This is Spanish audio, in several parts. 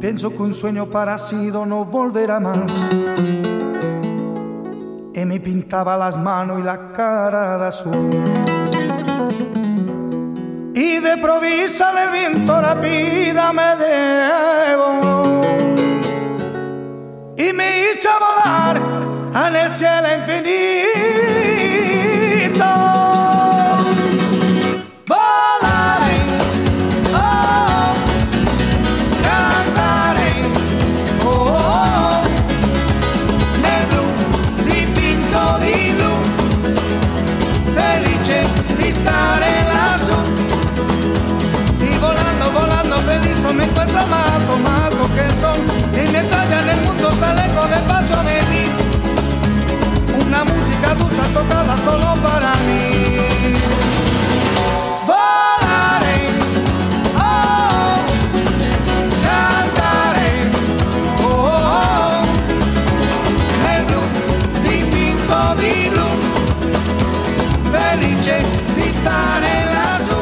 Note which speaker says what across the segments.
Speaker 1: Pienso que un sueño parecido no volverá más. Y me pintaba las manos y la cara de azul. Y de provisa el viento rápida me debo. Y me hizo volar en el cielo infinito. Volaré, oh, cantaré, oh, oh, nel blu dipinto di blu, felice di stare lassù, y volando, volando feliz me encuentro más alto, más alto que el sol, y mientras ya en el mundo sale con el paso de mí, una música dulce tocada solo para mí. Volaré, oh, cantaré, oh, oh, nel blu dipinto di blu, felice di stare lassù.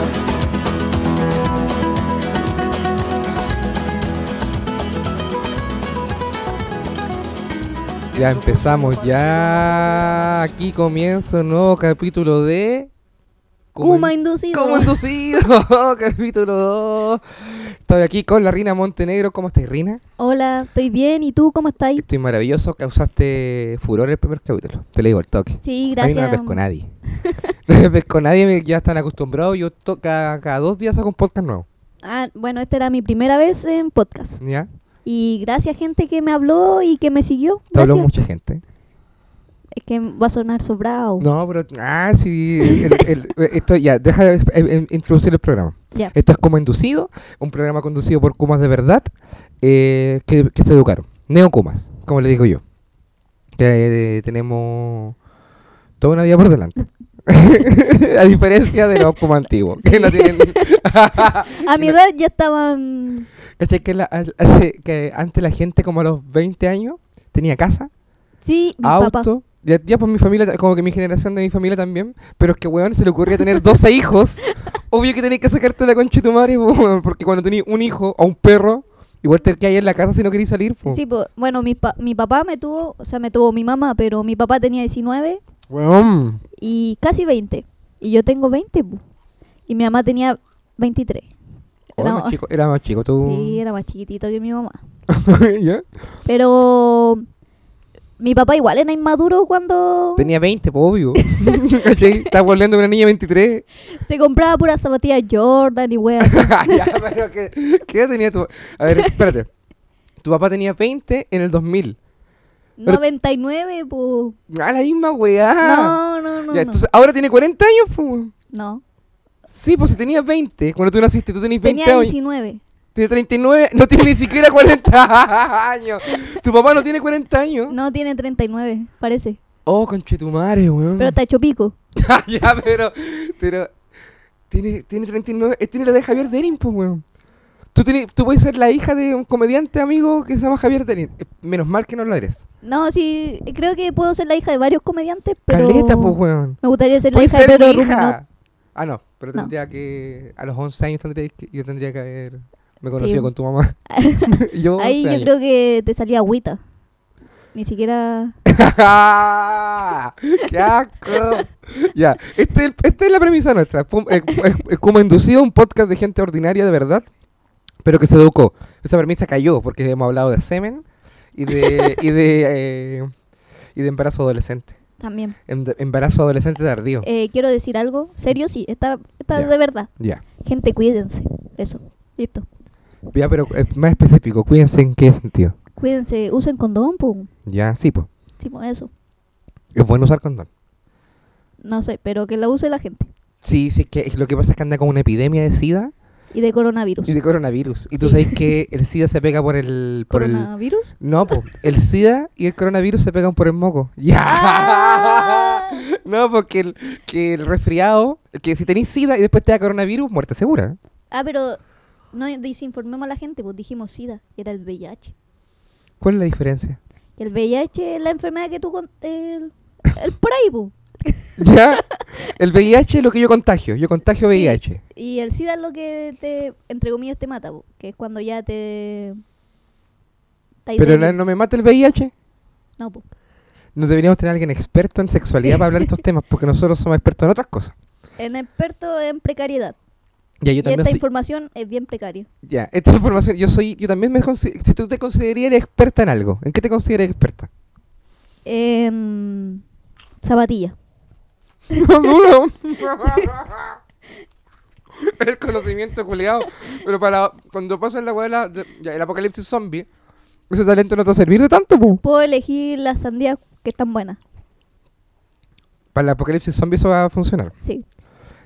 Speaker 2: Ya empezamos, ya aquí comienza un nuevo capítulo de...
Speaker 3: Kuma inducido.
Speaker 2: Como inducido, capítulo 2. Estoy aquí con la Rina Montenegro. ¿Cómo estás, Rina?
Speaker 3: Hola, estoy bien. ¿Y tú cómo estás?
Speaker 2: Estoy maravilloso, causaste furor el primer capítulo. Te lo digo al toque.
Speaker 3: Sí,
Speaker 2: A mí
Speaker 3: gracias.
Speaker 2: no me pescó nadie. No me pescó nadie, me- ya están acostumbrados. Yo to- cada, cada dos días hago un podcast nuevo.
Speaker 3: Ah, bueno, esta era mi primera vez en podcast.
Speaker 2: ¿Ya?
Speaker 3: Y gracias gente que me habló y que me siguió.
Speaker 2: Te habló
Speaker 3: Gracias.
Speaker 2: mucha gente.
Speaker 3: Es que va a sonar sobrado.
Speaker 2: No, pero. Ah, sí. el- el- el- esto ya, deja de eh, eh, introducir el programa.
Speaker 3: Ya.
Speaker 2: Esto es Kuma Inducido, un programa conducido por Kumas de verdad eh, que, que se educaron. Neo Kumas, como le digo yo. Que eh, tenemos toda una vida por delante. A diferencia de los Kumas antiguos, que no tienen.
Speaker 3: A mi edad ya estaban...
Speaker 2: ¿Cachai? Que, la- al- hace- que antes la gente, como a los 20 años, tenía casa,
Speaker 3: Sí, mi
Speaker 2: auto.
Speaker 3: papá.
Speaker 2: Ya, ya pues mi familia, ta- como que mi generación de mi familia también, pero es que weón se le ocurría tener 12 hijos. Obvio que tenés que sacarte la concha de tu madre, po, weón, porque cuando tenés un hijo o un perro, igual te quedas ahí en la casa si no querés salir. po.
Speaker 3: Sí, po- bueno, mi, pa- mi papá me tuvo, o sea, me tuvo mi mamá, pero mi papá tenía 19
Speaker 2: Weón.
Speaker 3: y casi 20. Y yo tengo 20, po. Y mi mamá tenía 23.
Speaker 2: Oh,
Speaker 3: Era-
Speaker 2: más chico, era más chico tú.
Speaker 3: Sí, era más chiquitito que mi mamá.
Speaker 2: ¿Ya?
Speaker 3: Pero mi papá igual era inmaduro cuando
Speaker 2: Tenía 20, po, obvio. ¿Cachai? Estás volviendo una niña de 23.
Speaker 3: se compraba puras zapatillas Jordan y weas.
Speaker 2: ya, pero ¿qué, qué edad tenía tu A ver, espérate. Tu papá tenía 20 en el 2000.
Speaker 3: 99, po.
Speaker 2: Ah, la misma weá.
Speaker 3: no, no, no.
Speaker 2: Ah. Ya,
Speaker 3: no.
Speaker 2: entonces, ahora tiene 40 años, pues.
Speaker 3: No.
Speaker 2: Sí, pues si tenías 20, cuando tú naciste, tú tenías 20
Speaker 3: Tenía
Speaker 2: años.
Speaker 3: 19.
Speaker 2: Tiene 39, no tiene ni siquiera 40 años. Tu papá no tiene 40 años.
Speaker 3: No, tiene 39, parece.
Speaker 2: Oh, conchetumare, weón. Ah,
Speaker 3: Pero está hecho pico.
Speaker 2: ya, pero. Pero. Tiene, tiene 39. eh, Tiene la de Javier Derin, pues, weón. Tú, tienes- tú puedes ser la hija de un comediante amigo que se llama Javier Derin. Eh, menos mal que no lo eres.
Speaker 3: No, sí, creo que puedo ser la hija de varios comediantes, pero...
Speaker 2: Caleta, pues, weón.
Speaker 3: Me gustaría ser la
Speaker 2: Puedes
Speaker 3: hija de
Speaker 2: ser
Speaker 3: Pedro
Speaker 2: mi
Speaker 3: Ruminot.
Speaker 2: hija. Ah, no, pero
Speaker 3: No.
Speaker 2: tendría que. A los 11 años tendría que, yo tendría que haber. Me conocido
Speaker 3: Sí.
Speaker 2: con tu mamá. yo
Speaker 3: Ahí yo creo que te salía agüita. Ni siquiera...
Speaker 2: que. ¡Qué asco! ya, este, es el- esta es la premisa nuestra. Pum, eh, eh, eh, como inducido un podcast de gente ordinaria de verdad, pero que se educó. Esa premisa cayó porque hemos hablado de semen y de. y de. eh, y de embarazo adolescente.
Speaker 3: También.
Speaker 2: Em- de- Embarazo adolescente tardío.
Speaker 3: Eh, quiero decir algo. Serio, sí. Está, está
Speaker 2: Ya.
Speaker 3: de verdad.
Speaker 2: Ya.
Speaker 3: Gente, cuídense. Eso. Listo.
Speaker 2: Ya, pero eh, más específico, cuídense en qué sentido.
Speaker 3: Cuídense. Usen condón, pum.
Speaker 2: Ya, sí, pues.
Speaker 3: Sí, po, eso.
Speaker 2: Es bueno usar condón.
Speaker 3: No sé, pero que la use la gente.
Speaker 2: Sí, sí, es que lo que pasa es que anda con una epidemia de SIDA
Speaker 3: Y de coronavirus.
Speaker 2: y de coronavirus. Y tú
Speaker 3: Sí.
Speaker 2: sabes que el SIDA se pega por el. Por el
Speaker 3: ¿Coronavirus?
Speaker 2: no, po, el SIDA y el coronavirus se pegan por el moco. ¡Ya!
Speaker 3: Ah.
Speaker 2: No, porque el, que el resfriado, que si tenés SIDA y después te da coronavirus, muerte segura.
Speaker 3: Ah, pero no desinformemos a la gente, pues dijimos SIDA, era el VIH.
Speaker 2: ¿Cuál es la diferencia?
Speaker 3: El VIH es la enfermedad que tú... Con, el, el por ahí, pues. po.
Speaker 2: ¿Ya? El VIH es lo que yo contagio. Yo contagio VIH.
Speaker 3: pues, Y el SIDA es lo que te, entre comillas, te mata, po, que es cuando ya te... está ahí
Speaker 2: Pero
Speaker 3: débil.
Speaker 2: la- no me mata el VIH.
Speaker 3: No, pues. po.
Speaker 2: Nos deberíamos tener a alguien experto en sexualidad
Speaker 3: Sí.
Speaker 2: para hablar de estos temas, porque nosotros somos expertos en otras cosas.
Speaker 3: En experto en precariedad.
Speaker 2: Ya, yo
Speaker 3: y
Speaker 2: también
Speaker 3: esta
Speaker 2: soy-
Speaker 3: información es bien precaria.
Speaker 2: Ya, esta información, yo soy, yo también me considero, si tú te considerarías experta en algo, ¿en qué te consideras experta?
Speaker 3: En em, zapatilla.
Speaker 2: el conocimiento culiado, pero para, cuando pasa en la weá la- de- ya, el apocalipsis zombie, ese talento no te va a servir de tanto, pu.
Speaker 3: Puedo elegir las sandías que están buenas.
Speaker 2: Para el apocalipsis zombie eso va a funcionar.
Speaker 3: Sí,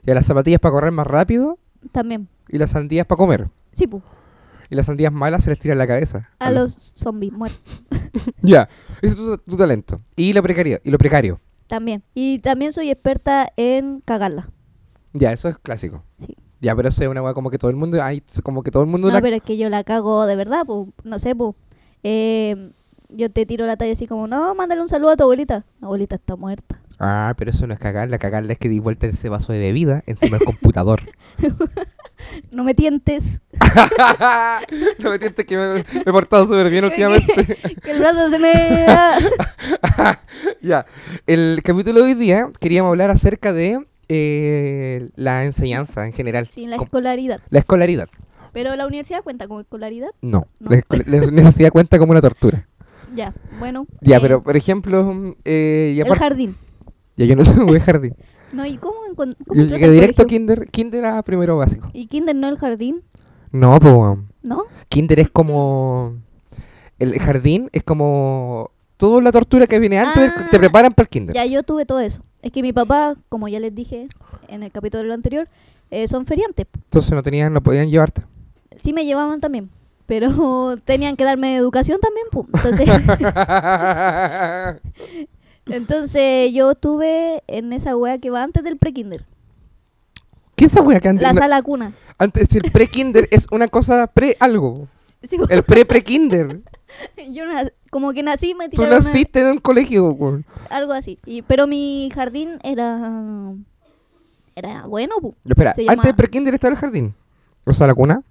Speaker 2: Ya, las zapatillas para correr más rápido
Speaker 3: también.
Speaker 2: y las sandías para comer.
Speaker 3: Sí, pu.
Speaker 2: Y las sandías malas se les tira en la cabeza.
Speaker 3: A los zombies muertos.
Speaker 2: Ya, ese es tu, tu talento. Y lo precario, y lo precario.
Speaker 3: También. Y también soy experta en cagarla.
Speaker 2: Ya, eso es clásico.
Speaker 3: Sí.
Speaker 2: Ya, pero eso es una weá como que todo el mundo, ay, como que todo el mundo
Speaker 3: No,
Speaker 2: la-
Speaker 3: pero es que yo la cago de verdad, pues, no sé, pues. Eh, yo te tiro la talla así como, no, mándale un saludo a tu abuelita. Mi abuelita está muerta.
Speaker 2: Ah, pero eso no es cagarla, cagarla es que di vuelta ese vaso de bebida encima del computador.
Speaker 3: No me tientes,
Speaker 2: no me tientes que me, me he portado súper bien últimamente.
Speaker 3: que el brazo se me... ah.
Speaker 2: ya, el capítulo de hoy día queríamos hablar acerca de eh, la enseñanza en general.
Speaker 3: Sin la
Speaker 2: Com-
Speaker 3: escolaridad.
Speaker 2: la escolaridad.
Speaker 3: Pero la universidad cuenta con escolaridad.
Speaker 2: No,
Speaker 3: No.
Speaker 2: la, escola- la universidad cuenta como una tortura.
Speaker 3: Ya, bueno.
Speaker 2: Ya,
Speaker 3: eh,
Speaker 2: pero por ejemplo, eh, y
Speaker 3: El
Speaker 2: aparte-
Speaker 3: jardín.
Speaker 2: ya yo no tuve jardín.
Speaker 3: No, ¿y cómo, encon- cómo
Speaker 2: Yo
Speaker 3: trata
Speaker 2: llegué
Speaker 3: el
Speaker 2: directo a
Speaker 3: colegio?
Speaker 2: kinder, kinder a primero básico.
Speaker 3: ¿Y kinder no el jardín?
Speaker 2: No, pues weón.
Speaker 3: ¿No?
Speaker 2: Kinder es como. El jardín es como. Toda la tortura que viene antes, del- te
Speaker 3: Ah,
Speaker 2: preparan para el kinder.
Speaker 3: Ya, yo tuve todo eso. Es que mi papá, como ya les dije en el capítulo anterior, eh, son feriantes.
Speaker 2: Entonces no tenían, no podían llevarte.
Speaker 3: Sí me llevaban también, pero tenían que darme educación también. pu. Entonces, entonces yo estuve en esa wea que va antes del prekinder.
Speaker 2: ¿Qué es esa wea que antes?
Speaker 3: La
Speaker 2: no-
Speaker 3: sala cuna.
Speaker 2: antes si el pre-kinder es una cosa pre-algo.
Speaker 3: Sí, pu.
Speaker 2: El pre-pre-kinder.
Speaker 3: yo na- como que nací y me
Speaker 2: Tú
Speaker 3: tiraron a-
Speaker 2: naciste en un colegio, weón.
Speaker 3: algo así. Y, pero mi jardín era... Era bueno, pu.
Speaker 2: Espera,
Speaker 3: Se
Speaker 2: antes del
Speaker 3: llama-
Speaker 2: pre-kinder estaba el jardín. O sea, la cuna.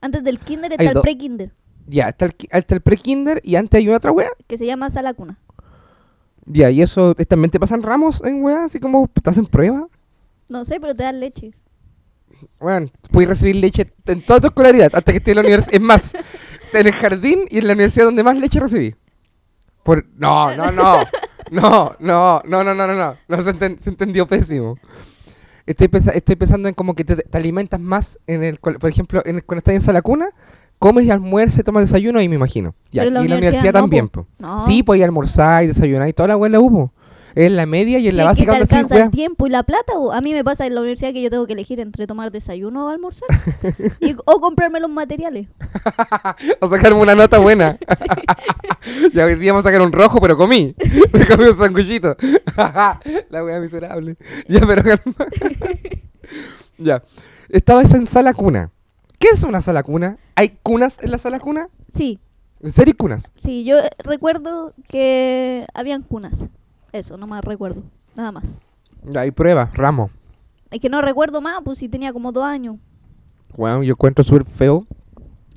Speaker 3: Antes del kinder
Speaker 2: Hay
Speaker 3: está el
Speaker 2: dos.
Speaker 3: prekinder,
Speaker 2: Ya, está el, ki- está el pre-kinder y antes hay otra wea.
Speaker 3: que se llama sala cuna.
Speaker 2: Ya, y eso, ¿también te pasan ramos en wea? Así como, ¿te hacen pruebas?
Speaker 3: No sé, pero te dan leche.
Speaker 2: Bueno, puedes recibir leche en toda tu escolaridad hasta que estés en la universidad. Es más, en el jardín y en la universidad donde más leche recibí. Por... No, no, no. No, no, no, no, no, no. no. No, se, enten- se entendió pésimo. Estoy, pensa- estoy pensando en como que te, te alimentas más en el... col- Por ejemplo, en el- cuando estás en sala cuna, comes y almuerzas, tomas desayuno ahí me imagino. Ya, y
Speaker 3: Pero en
Speaker 2: en
Speaker 3: la
Speaker 2: la
Speaker 3: universidad
Speaker 2: universidad
Speaker 3: no,
Speaker 2: también,
Speaker 3: po.
Speaker 2: po.
Speaker 3: No.
Speaker 2: Sí, podía almorzar y desayunar y toda la hueá hubo. En la media y en
Speaker 3: Si
Speaker 2: la
Speaker 3: es que
Speaker 2: básica
Speaker 3: te
Speaker 2: donde sí,
Speaker 3: alcanza
Speaker 2: wea.
Speaker 3: el tiempo y la plata. o- a mí me pasa en la universidad que yo tengo que elegir entre tomar desayuno o almorzar. y- o comprarme los materiales.
Speaker 2: a sacarme una nota buena. ya hoy día vamos a sacar un rojo, pero comí. Me comí un sanguchito. la wea miserable. Ya, pero calma. ya. Estabas en sala cuna. ¿Qué es una sala cuna? ¿Hay cunas en la sala cuna?
Speaker 3: Sí,
Speaker 2: ¿En serio hay cunas?
Speaker 3: sí, yo recuerdo que habían cunas. Eso, no más recuerdo. Nada más.
Speaker 2: Ya, hay pruebas, ramo.
Speaker 3: Es que no recuerdo más, pues si tenía como dos años.
Speaker 2: Bueno, yo encuentro súper feo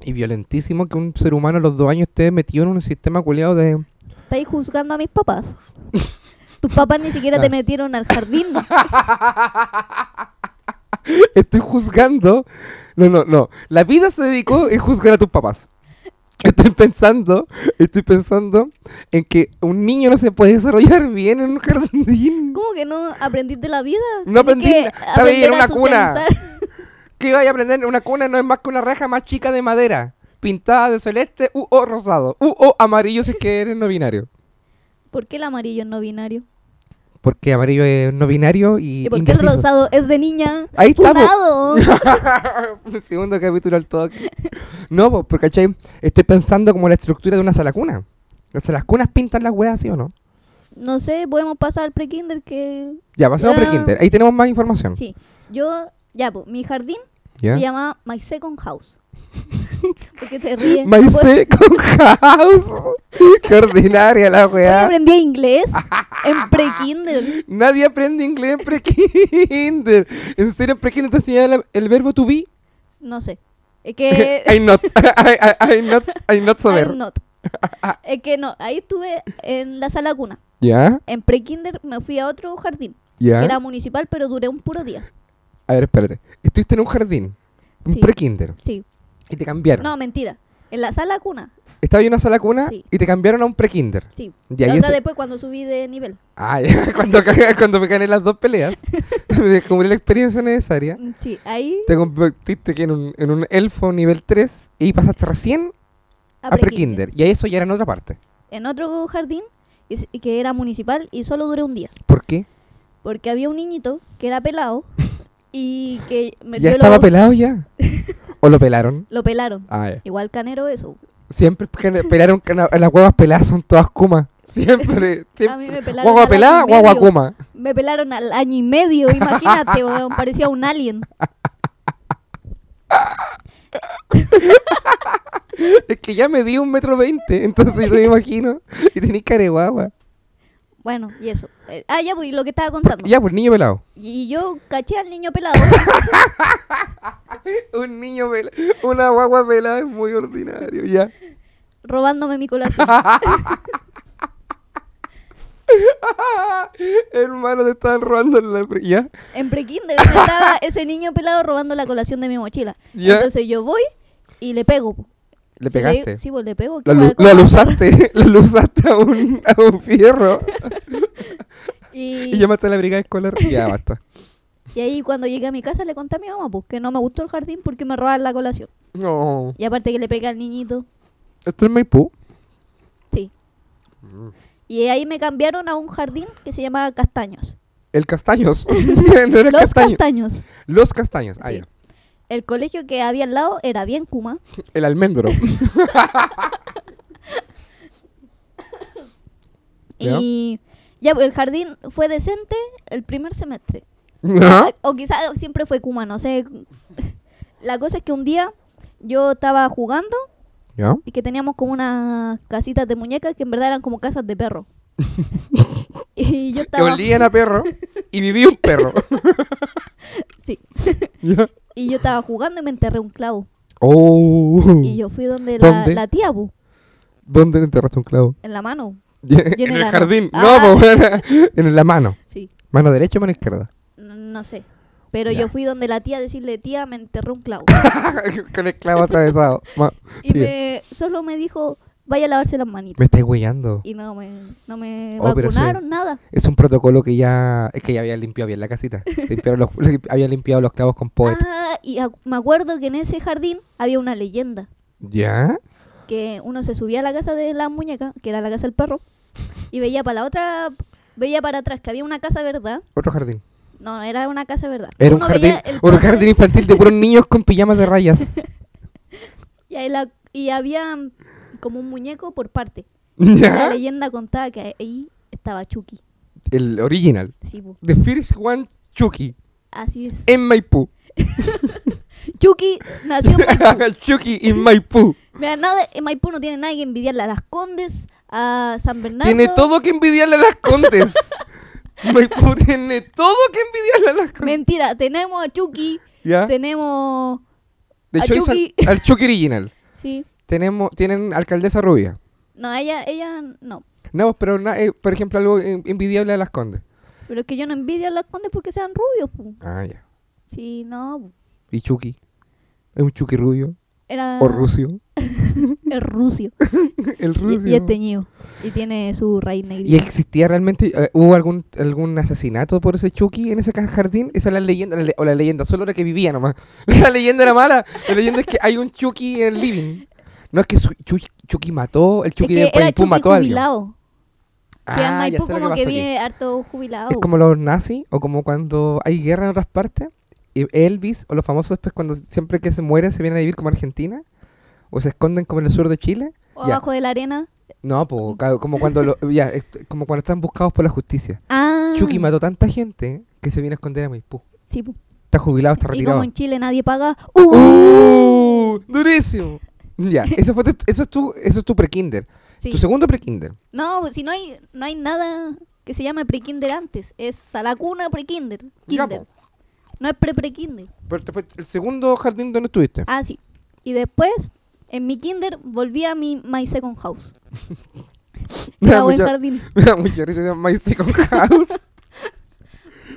Speaker 2: y violentísimo que un ser humano a los dos años esté metido en un sistema culiado de...
Speaker 3: Estáis juzgando a mis papás. Tus papás ni siquiera te
Speaker 2: Ah.
Speaker 3: metieron al jardín.
Speaker 2: Estoy juzgando. No, no, no. La vida se dedicó en juzgar a tus papás. Estoy pensando, estoy pensando en que un niño no se puede desarrollar bien en un jardín.
Speaker 3: ¿Cómo que no aprendiste la vida?
Speaker 2: No
Speaker 3: Tenés
Speaker 2: aprendí
Speaker 3: que
Speaker 2: na- estaba ahí en
Speaker 3: aprender a
Speaker 2: una cuna.
Speaker 3: socializar.
Speaker 2: ¿Qué vaya a aprender? Una cuna no es más que una raja más chica de madera, pintada de celeste u o rosado, u o amarillo si es que eres no binario.
Speaker 3: ¿Por qué el amarillo es no binario?
Speaker 2: Porque amarillo es no binario y.
Speaker 3: ¿Y por qué el
Speaker 2: indeciso.
Speaker 3: rosado es de niña?
Speaker 2: Ahí está, po.
Speaker 3: ¡Funado!
Speaker 2: El segundo capítulo al toque. No, po, porque ¿cachai? estoy pensando como la estructura de una sala cuna. O sea, las cunas pintan las weas, ¿sí o no?
Speaker 3: No sé, podemos pasar al prekinder que...
Speaker 2: Ya, pasemos
Speaker 3: Ya.
Speaker 2: por Kinder. Ahí tenemos más información.
Speaker 3: Ah. Sí, yo... Ya, pues, mi jardín
Speaker 2: Mm. ¿Ya?
Speaker 3: se llama My Second House. ¿Por qué te ríes?
Speaker 2: My
Speaker 3: Pues,
Speaker 2: second house. Qué ordinaria la
Speaker 3: Oye,
Speaker 2: wea.
Speaker 3: aprendí inglés en prekinder.
Speaker 2: Nadie aprende inglés en pre-kinder. En serio, en pre-kinder te enseñan el, el verbo to be.
Speaker 3: No sé. Es que...
Speaker 2: I not. I, I- I not. I not saber.
Speaker 3: I'm not. es que no, ahí estuve en la sala cuna.
Speaker 2: ¿Ya?
Speaker 3: En pre-kinder me fui a otro jardín, que era
Speaker 2: ¿Ya?
Speaker 3: municipal, pero duré un puro día.
Speaker 2: A ver, espérate. Estuviste en un jardín, un
Speaker 3: Sí.
Speaker 2: pre-kinder,
Speaker 3: Sí.
Speaker 2: y te cambiaron.
Speaker 3: No, mentira. En la sala cuna,
Speaker 2: Estaba en una sala cuna
Speaker 3: Sí.
Speaker 2: y te cambiaron a un pre-kinder.
Speaker 3: sí.
Speaker 2: Ya, y
Speaker 3: o sea,
Speaker 2: eso-
Speaker 3: después cuando subí de nivel.
Speaker 2: Ah, ya, cuando, ca- cuando me gané las dos peleas, me cumplí la experiencia necesaria.
Speaker 3: Mm, Sí, ahí
Speaker 2: Te convertiste que en, un, en un elfo nivel 3 y pasaste recién a pre-kinder.
Speaker 3: pre-kinder.
Speaker 2: Y ahí eso ya era en otra parte.
Speaker 3: En otro jardín, y s- y que era municipal, y solo duré un día.
Speaker 2: ¿Por qué?
Speaker 3: Porque había un niñito que era pelado y que me
Speaker 2: ¿Ya
Speaker 3: dio
Speaker 2: estaba
Speaker 3: lo,
Speaker 2: pelado ya? ¿O lo pelaron?
Speaker 3: lo pelaron.
Speaker 2: Ah, ya.
Speaker 3: Igual canero eso.
Speaker 2: Siempre pe- pelaron, cana- las huevas peladas son todas Kuma. Siempre.
Speaker 3: A mí
Speaker 2: siempre.
Speaker 3: me pelaron.
Speaker 2: Guagua
Speaker 3: al año y
Speaker 2: pelada, guagua
Speaker 3: medio.
Speaker 2: Kuma.
Speaker 3: Me pelaron al año y medio, imagínate, weón, parecía un alien.
Speaker 2: Es que ya me di un metro veinte, entonces yo me imagino. Y tenés cara de guagua.
Speaker 3: Bueno, y eso. Eh, ah, ya, pues, lo que estaba contando.
Speaker 2: Ya, pues niño pelado.
Speaker 3: Y yo caché al niño pelado.
Speaker 2: Un niño pelado. Una guagua pelada es muy ordinario, ya.
Speaker 3: robándome mi colación.
Speaker 2: Hermano, te estaban robando la. pri- Ya.
Speaker 3: En prekinder me estaba ese niño pelado robando la colación de mi mochila.
Speaker 2: Ya.
Speaker 3: Entonces yo voy y le pego. po.
Speaker 2: Le
Speaker 3: Si
Speaker 2: pegaste.
Speaker 3: sí, pues le pego. ¿qué
Speaker 2: Lo,
Speaker 3: va
Speaker 2: alu-
Speaker 3: a
Speaker 2: lo
Speaker 3: comer?
Speaker 2: alusaste, lo alusaste a un, a un fierro y
Speaker 3: Y,
Speaker 2: llamaste a la brigada escolar. Ya basta.
Speaker 3: y ahí cuando llegué a mi casa le conté a mi mamá pues, que no me gustó el jardín porque me robaban la colación.
Speaker 2: No.
Speaker 3: Y aparte que le pegué al niñito.
Speaker 2: Esto es Maipú.
Speaker 3: Sí.
Speaker 2: Mm.
Speaker 3: Y ahí me cambiaron a un jardín que se llamaba Castaños.
Speaker 2: El Castaños. no era
Speaker 3: Los
Speaker 2: Castaño.
Speaker 3: Castaños.
Speaker 2: Los Castaños. Ah,
Speaker 3: Sí.
Speaker 2: ya.
Speaker 3: El colegio que había al lado era bien Kuma.
Speaker 2: El almendro. Ya.
Speaker 3: Y ya, pues, el jardín fue decente el primer semestre.
Speaker 2: ¿Ya?
Speaker 3: O quizás siempre fue Kuma, no sé. La cosa es que un día yo estaba jugando
Speaker 2: ¿Ya?
Speaker 3: y que teníamos como unas casitas de muñecas que en verdad eran como casas de perro. y yo
Speaker 2: Que
Speaker 3: estaba.
Speaker 2: olían a perro y vivía un perro.
Speaker 3: Sí.
Speaker 2: ¿Ya?
Speaker 3: Y yo estaba jugando y me enterré un clavo.
Speaker 2: Oh.
Speaker 3: Y yo fui donde la,
Speaker 2: ¿Dónde?
Speaker 3: la tía, bu,
Speaker 2: ¿Dónde te enterraste un clavo?
Speaker 3: en la mano.
Speaker 2: en
Speaker 3: en
Speaker 2: el
Speaker 3: la-
Speaker 2: jardín.
Speaker 3: Ah.
Speaker 2: No, pues, en la mano.
Speaker 3: Sí,
Speaker 2: ¿Mano derecha o mano izquierda?
Speaker 3: n- no sé. Pero
Speaker 2: Ya.
Speaker 3: yo fui donde la tía a decirle, tía, me enterré un clavo.
Speaker 2: Con el clavo atravesado. Ma-
Speaker 3: y
Speaker 2: tía,
Speaker 3: me, solo me dijo, vaya a lavarse las manitas.
Speaker 2: Me estáis huellando.
Speaker 3: Y no me, no me
Speaker 2: Oh, pero sí.
Speaker 3: vacunaron, nada.
Speaker 2: Es un protocolo que ya. Es que ya había limpiado bien la casita. Limpiaron los, había limpiado los clavos con poet.
Speaker 3: Ah, y ac- me acuerdo que en ese jardín había una leyenda.
Speaker 2: ¿Ya?
Speaker 3: Que uno se subía a la casa de la muñeca, que era la casa del perro, y veía para la otra, veía para atrás que había una casa verdad.
Speaker 2: Otro jardín.
Speaker 3: No, era una casa verdad.
Speaker 2: Era un
Speaker 3: Uno
Speaker 2: jardín,
Speaker 3: veía el
Speaker 2: un
Speaker 3: patio
Speaker 2: jardín infantil de puros niños con pijamas de rayas.
Speaker 3: Y, ahí la- y había mm, como un muñeco por parte. La
Speaker 2: ¿Ya?
Speaker 3: leyenda contaba que ahí estaba Chucky.
Speaker 2: El original.
Speaker 3: Sí, po.
Speaker 2: The First One Chucky.
Speaker 3: así es.
Speaker 2: En Maipú.
Speaker 3: Chucky nació en Maipú.
Speaker 2: Chucky en Maipú.
Speaker 3: Mira, nada, en Maipú no tiene nadie que envidiarle a las Condes, a San Bernardo.
Speaker 2: Tiene todo que envidiarle a las condes. Maipú tiene todo que envidiarle a las condes.
Speaker 3: Mentira, tenemos a Chucky,
Speaker 2: ¿Ya?
Speaker 3: tenemos.
Speaker 2: De
Speaker 3: a
Speaker 2: hecho, es al,
Speaker 3: Chucky.
Speaker 2: al Chucky original.
Speaker 3: Sí.
Speaker 2: Tenemos, tienen alcaldesa rubia.
Speaker 3: No, ella, ella no.
Speaker 2: No, pero na- eh, por ejemplo, algo en- envidiable a las condes.
Speaker 3: Pero es que yo no envidio a las Condes porque sean rubios, pu.
Speaker 2: Ah, ya.
Speaker 3: Sí, no. pu.
Speaker 2: Y Chucky. Es un Chucky rubio.
Speaker 3: Era.
Speaker 2: O rucio.
Speaker 3: Es rucio.
Speaker 2: El
Speaker 3: Ah. Y- este
Speaker 2: rucio.
Speaker 3: Y, es teñido. Y tiene su raíz
Speaker 2: ¿Y
Speaker 3: negrita.
Speaker 2: existía realmente, eh, hubo algún algún asesinato por ese Chucky en ese ca- jardín? Esa es la leyenda, la le- o la leyenda, solo la que vivía nomás. La leyenda era mala, la leyenda es que hay un Chucky en el living. No es que su- Chu- Chucky mató, el
Speaker 3: Es
Speaker 2: Chucky
Speaker 3: que
Speaker 2: de
Speaker 3: era
Speaker 2: Paipú
Speaker 3: Chucky
Speaker 2: mató a alguien.
Speaker 3: jubilado. Sí, en
Speaker 2: Ah, ya
Speaker 3: Maipú
Speaker 2: sé lo que
Speaker 3: como que,
Speaker 2: pasó aquí.
Speaker 3: vive harto jubilado.
Speaker 2: Es como los nazis, o como cuando hay guerra en otras partes. y Elvis, o los famosos después, cuando siempre que se mueren se vienen a vivir como a Argentina. O se esconden como en el sur de Chile.
Speaker 3: O
Speaker 2: ya.
Speaker 3: abajo de la arena.
Speaker 2: No, po, ca- como, cuando lo- ya, est- como cuando están buscados por la justicia.
Speaker 3: Ah.
Speaker 2: Chucky mató tanta gente que se viene a esconder a Maipú.
Speaker 3: Sí, pu.
Speaker 2: Está jubilado, está
Speaker 3: Y como
Speaker 2: retirado.
Speaker 3: en Chile nadie paga. ¡Uh!
Speaker 2: ¡Uh! ¡Durísimo! Ya, eso, fue tu- eso es tu, eso es tu pre-kinder.
Speaker 3: Sí.
Speaker 2: Tu segundo pre-kinder.
Speaker 3: No, si no hay, no hay nada que se llame pre-kinder antes. Es salacuna pre-kinder.
Speaker 2: Ya,
Speaker 3: Kinder.
Speaker 2: po.
Speaker 3: No es pre-pre-kinder.
Speaker 2: Pero este fue el segundo jardín donde estuviste.
Speaker 3: Ah, sí. Y después, en mi kinder, volví a mi My Second House.
Speaker 2: Me da
Speaker 3: Era buen
Speaker 2: mucha-
Speaker 3: jardín.
Speaker 2: Me da mucha risa ese My Second House.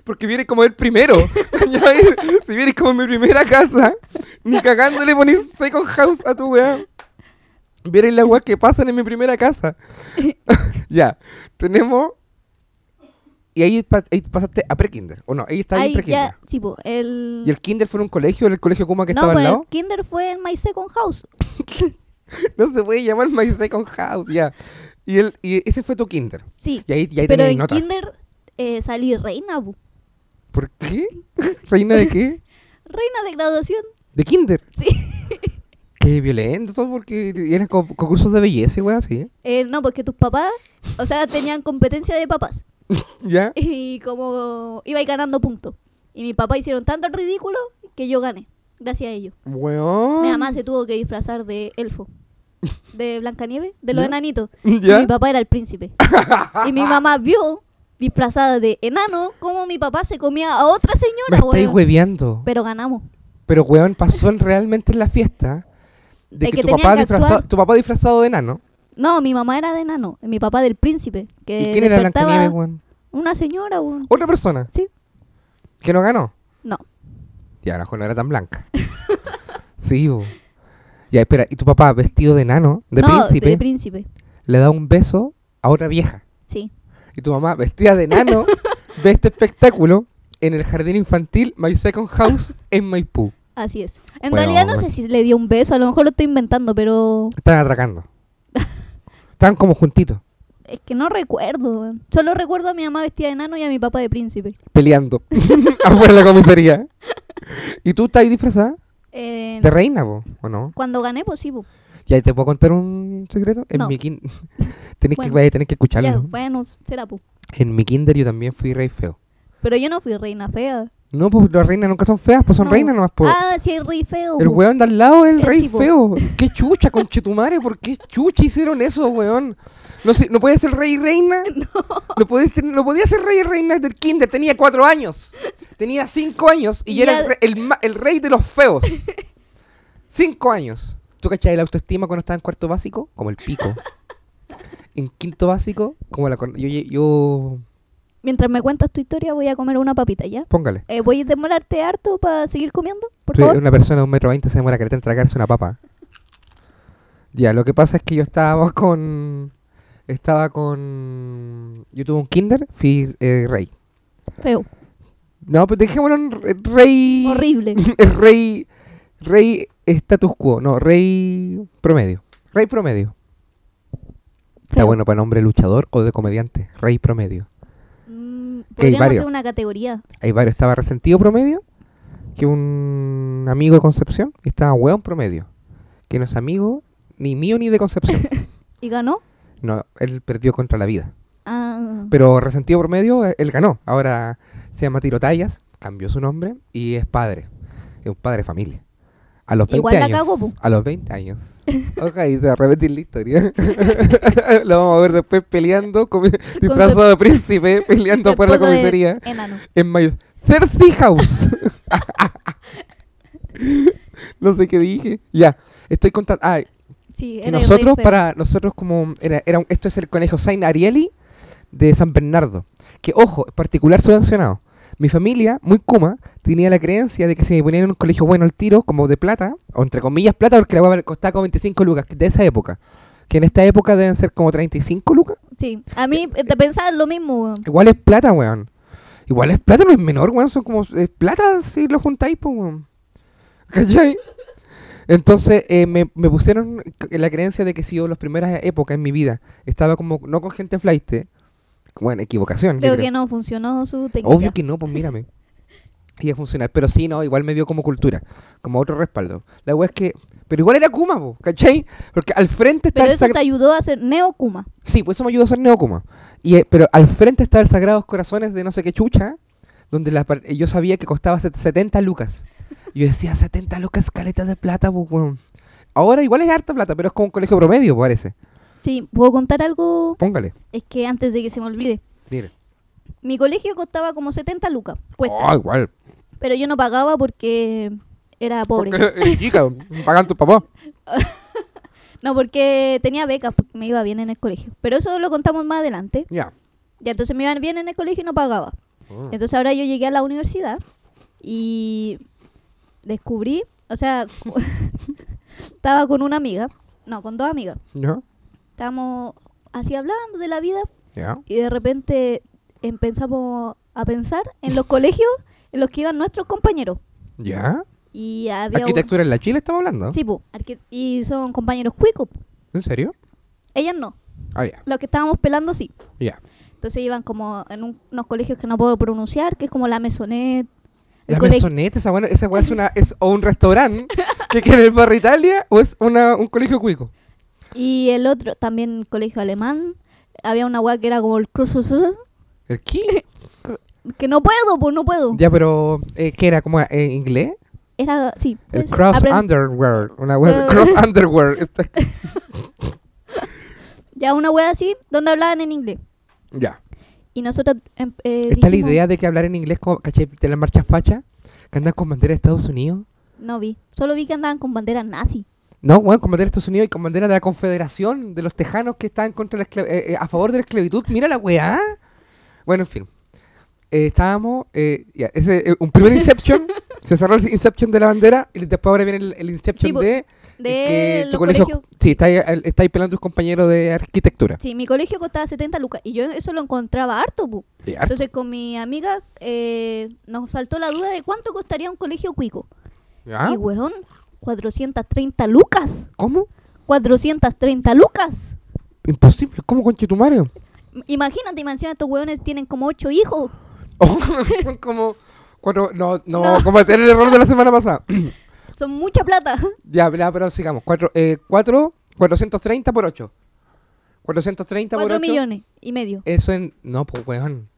Speaker 2: Porque viene como el primero. ¿cachai? si vienes como mi primera casa, ni cagándole pones Second House a tu weá. Vieres las weas que pasan en mi primera casa. ya, tenemos. Y ahí, pa- ahí pasaste a prekinder. O no, ahí está
Speaker 3: Ahí
Speaker 2: ahí prekinder.
Speaker 3: ya, sí, po, el...
Speaker 2: ¿Y el kinder fue en un colegio? ¿En el colegio Kuma que
Speaker 3: no,
Speaker 2: estaba
Speaker 3: pues
Speaker 2: al lado?
Speaker 3: el kinder fue en My Second House.
Speaker 2: No se puede llamar My Second House, ya. Y, el, y ese fue tu kinder.
Speaker 3: Sí,
Speaker 2: Y ahí, y ahí
Speaker 3: pero
Speaker 2: tenías
Speaker 3: en
Speaker 2: nota.
Speaker 3: kinder eh, salí reina, po.
Speaker 2: ¿Por qué? ¿Reina de qué?
Speaker 3: Reina de graduación,
Speaker 2: ¿De kinder?
Speaker 3: sí.
Speaker 2: Qué violento todo porque eran co- concursos de belleza y weá así.
Speaker 3: Eh, no, porque tus papás, o sea, tenían competencia de papás.
Speaker 2: ¿Ya?
Speaker 3: Y como iba a ir ganando puntos. Y mi papá hicieron tanto el ridículo que yo gané, gracias a ellos.
Speaker 2: Weón.
Speaker 3: Mi mamá se tuvo que disfrazar de elfo. De Blancanieve, de los
Speaker 2: ¿Ya?
Speaker 3: enanitos.
Speaker 2: ¿Ya?
Speaker 3: Y mi papá era el príncipe. y mi mamá vio, disfrazada de enano, cómo mi papá se comía a otra
Speaker 2: Me
Speaker 3: señora,
Speaker 2: estáis
Speaker 3: weón.
Speaker 2: hueveando.
Speaker 3: Pero ganamos.
Speaker 2: Pero weón, pasó en- realmente en la fiesta de
Speaker 3: Es
Speaker 2: que,
Speaker 3: que
Speaker 2: tu,
Speaker 3: tenían
Speaker 2: papá
Speaker 3: que actuar.
Speaker 2: disfrazado, tu papá disfrazado de enano.
Speaker 3: No, mi mamá era de enano, mi papá del príncipe. Que
Speaker 2: ¿Y quién era
Speaker 3: Eh, despertaba
Speaker 2: Blancanieves, weón?
Speaker 3: Una señora, weón.
Speaker 2: Otra persona
Speaker 3: Sí,
Speaker 2: que no ganó.
Speaker 3: no.
Speaker 2: Ya, la no era tan blanca. sí, bo. Ya, espera, y tu papá vestido de enano, de
Speaker 3: no,
Speaker 2: príncipe,
Speaker 3: De príncipe,
Speaker 2: le da un beso a otra vieja.
Speaker 3: sí.
Speaker 2: Y tu mamá, vestida de enano, ve este espectáculo en el jardín infantil My Second House en Maipú.
Speaker 3: Así es. En
Speaker 2: Bueno,
Speaker 3: realidad no
Speaker 2: bueno.
Speaker 3: sé si le dio un beso, a lo mejor lo estoy inventando, pero
Speaker 2: Están atracando. Están como juntitos,
Speaker 3: es que no recuerdo. weón. Solo recuerdo a mi mamá vestida de enano y a mi papá de príncipe.
Speaker 2: peleando afuera de la comisaría. ¿Y tú estás ahí disfrazada?
Speaker 3: Eh,
Speaker 2: ¿De reina, bo, o no?
Speaker 3: cuando gané, pues sí, pues.
Speaker 2: ¿Ya te puedo contar un secreto? En
Speaker 3: No.
Speaker 2: mi kin- tenés,
Speaker 3: Bueno.
Speaker 2: que, vaya a tener que escucharlo.
Speaker 3: Ya, bueno, será, pues.
Speaker 2: En mi kinder yo también fui rey feo.
Speaker 3: Pero yo no fui reina fea.
Speaker 2: No, pues las reinas nunca son feas, pues son
Speaker 3: No.
Speaker 2: reinas nomás. Pues.
Speaker 3: Ah, sí, el rey feo.
Speaker 2: el
Speaker 3: po.
Speaker 2: weón de al lado es el
Speaker 3: el
Speaker 2: rey
Speaker 3: chico.
Speaker 2: feo. Qué chucha, conchetumare, ¿por qué chucha hicieron eso, weón? No, sé, no podía ser rey y reina. No. podía, ser- no podía ser rey y reina del kinder, tenía cuatro años. Tenía cinco años y,
Speaker 3: Y
Speaker 2: era
Speaker 3: ya-
Speaker 2: el, re- el ma- el rey de los feos. cinco años. ¿Tú cachai la autoestima cuando estaba en cuarto básico? Como el pico. en quinto básico, como la... cor- Yo, yo, yo-
Speaker 3: Mientras me cuentas tu historia, voy a comer una papita, ¿ya?
Speaker 2: Póngale.
Speaker 3: Eh, voy a demorarte harto para seguir comiendo, por
Speaker 2: Sí,
Speaker 3: favor.
Speaker 2: Una persona de un metro veinte se demora que en tragarse una papa. Ya, lo que pasa es que yo estaba con... Estaba con... Yo tuve un kinder, fui eh, rey.
Speaker 3: Feo.
Speaker 2: No, pues dejémoslo en re- rey...
Speaker 3: Horrible.
Speaker 2: rey... Rey status quo. No, rey promedio. Rey promedio. Está
Speaker 3: Feo.
Speaker 2: bueno para nombre luchador o de comediante. Rey promedio.
Speaker 3: Mm,
Speaker 2: Que hay
Speaker 3: podríamos
Speaker 2: varios.
Speaker 3: hacer una categoría.
Speaker 2: Hay varios. Estaba resentido promedio, que un amigo de Concepción. Y estaba hueón promedio, que no es amigo ni mío ni de Concepción.
Speaker 3: ¿Y ganó?
Speaker 2: no, él perdió contra la vida.
Speaker 3: Ah,
Speaker 2: Pero resentido promedio, eh, él ganó. Ahora se llama Tirotallas, cambió su nombre y es padre. Es un padre de familia. A los 20
Speaker 3: Igual la
Speaker 2: años.
Speaker 3: cagó, po.
Speaker 2: a los 20 años. ok, se va a repetir la historia. Lo vamos a ver después peleando, comi- disfrazado de príncipe, peleando
Speaker 3: la
Speaker 2: por la
Speaker 3: esposa de
Speaker 2: comisaría
Speaker 3: enano.
Speaker 2: en mayo. Cersei House. no sé qué dije. Ya, estoy contando. Ah,
Speaker 3: Sí,
Speaker 2: y
Speaker 3: era el rey
Speaker 2: nosotros,
Speaker 3: feo.
Speaker 2: para nosotros, como. Era, era un- esto es el conejo Saint Arieli de San Bernardo. Que, ojo, es particular subvencionado. Mi familia, muy kuma, tenía la creencia de que si me ponían en un colegio bueno el tiro, como de plata, o entre comillas plata, porque la hueá costaba como 25 lucas, de esa época. Que en esta época deben ser como 35 lucas.
Speaker 3: Sí, a mí eh, te pensaba lo mismo. weón.
Speaker 2: Igual es plata, weón. Igual es plata, no es menor, weón. Son como. Es plata si lo juntáis, pues, weón. ¿Cachai? Entonces eh, me, me pusieron c- la creencia de que si yo las primeras épocas en mi vida estaba como no con gente flight, bueno, equivocación. yo
Speaker 3: Creo
Speaker 2: creo.
Speaker 3: que no funcionó su técnica.
Speaker 2: Obvio que no, pues mírame. Iba a funcionar, pero sí, no, igual me dio como cultura, como otro respaldo. La weá es que. Pero igual era Kuma, po, ¿cachai? Porque al frente está
Speaker 3: Pero
Speaker 2: el
Speaker 3: eso
Speaker 2: sac-
Speaker 3: te ayudó a ser Neo Kuma.
Speaker 2: Sí, pues eso me ayudó a ser neocuma. Y, eh, pero al frente estaba el Sagrados Corazones de no sé qué chucha, donde la par- yo sabía que costaba set- 70 lucas. Y Yo decía, 70 lucas, caleta de plata, pues, weón. Ahora igual es harta plata, pero es como un colegio promedio, parece.
Speaker 3: Sí, ¿puedo contar algo?
Speaker 2: Póngale.
Speaker 3: Es que antes de que se me olvide.
Speaker 2: Mire.
Speaker 3: Mi colegio costaba como 70 lucas, cuesta.
Speaker 2: Ah, igual.
Speaker 3: Pero yo no pagaba porque era pobre.
Speaker 2: Porque, eh, chica, pagan tu papá.
Speaker 3: No, porque tenía becas, porque me iba bien en el colegio. Pero eso lo contamos más adelante.
Speaker 2: Ya.
Speaker 3: Y entonces me iban bien en el colegio y no pagaba.
Speaker 2: Ah.
Speaker 3: Entonces ahora yo llegué a la universidad y descubrí, o sea, estaba con una amiga, no, con dos amigas.
Speaker 2: ¿Ya?
Speaker 3: Estábamos así hablando de la vida
Speaker 2: ¿Ya?
Speaker 3: y de repente empezamos a pensar en los colegios en los que iban nuestros compañeros.
Speaker 2: ¿Ya?
Speaker 3: Y había un-
Speaker 2: ¿Arquitectura en la Chile estamos hablando?
Speaker 3: Sí, po, arqui- y son compañeros cuicos. po.
Speaker 2: ¿En serio?
Speaker 3: Ellas no,
Speaker 2: Ah, ya.
Speaker 3: los que estábamos pelando sí.
Speaker 2: Ya.
Speaker 3: Entonces iban como en un- unos colegios que no puedo pronunciar, que es como la Mesonet. el
Speaker 2: La
Speaker 3: colegio-
Speaker 2: mesoneta, esa buena, esa weá es una, es o un restaurante que queda en el barrio Italia o es una, un colegio cuico.
Speaker 3: Y el otro, también el colegio alemán. Había una weá que era como el cruz
Speaker 2: ¿El qué?
Speaker 3: que no puedo, pues no puedo.
Speaker 2: ya, pero, eh, ¿qué era? ¿Cómo era? ¿En inglés?
Speaker 3: Era, sí.
Speaker 2: El
Speaker 3: es-
Speaker 2: cross
Speaker 3: Pues, aprend-
Speaker 2: underwear. Una weá,
Speaker 3: Eh.
Speaker 2: cross underwear. Está-
Speaker 3: Ya una weá así, donde hablaban en inglés.
Speaker 2: ya.
Speaker 3: Y nosotros. em- eh,
Speaker 2: Está la
Speaker 3: dijimos-
Speaker 2: idea de que hablar en inglés, como, caché, de las marchas fachas, que andan con bandera de Estados Unidos.
Speaker 3: No vi. Solo vi que andaban con banderas nazi.
Speaker 2: No, bueno, con bandera de Estados Unidos y con bandera de la Confederación de los Tejanos que están contra la esclav- eh, eh, a favor de la esclavitud. Mira la weá. Bueno, en fin. Eh, estábamos. eh, ya, ese, eh, un primer Inception. se cerró el Inception de la bandera y después ahora viene el, el Inception
Speaker 3: Sí, po-
Speaker 2: de.
Speaker 3: De
Speaker 2: que tu
Speaker 3: los
Speaker 2: colegio-
Speaker 3: colegios.
Speaker 2: Sí, está ahí, el- está ahí pelando tus compañeros de arquitectura.
Speaker 3: Sí, mi colegio costaba 70 lucas. Y yo eso lo encontraba harto, pu.
Speaker 2: Sí, harto.
Speaker 3: Entonces con mi amiga eh, nos saltó la duda de cuánto costaría un colegio cuico.
Speaker 2: ¿Ya?
Speaker 3: Y weón, 430 lucas.
Speaker 2: ¿Cómo?
Speaker 3: 430 lucas.
Speaker 2: Imposible. ¿Cómo con Chitumario?
Speaker 3: M- Imagínate, y más encima estos weones tienen como ocho hijos.
Speaker 2: Oh, son como. Cuatro, no, no, cometer el error de la semana pasada.
Speaker 3: Son mucha plata.
Speaker 2: Ya, ya, pero sigamos. 4, eh, cuatro, 430 por 8. 430 por
Speaker 3: 4
Speaker 2: 8.
Speaker 3: millones y medio.
Speaker 2: Eso en. No, pues, weón.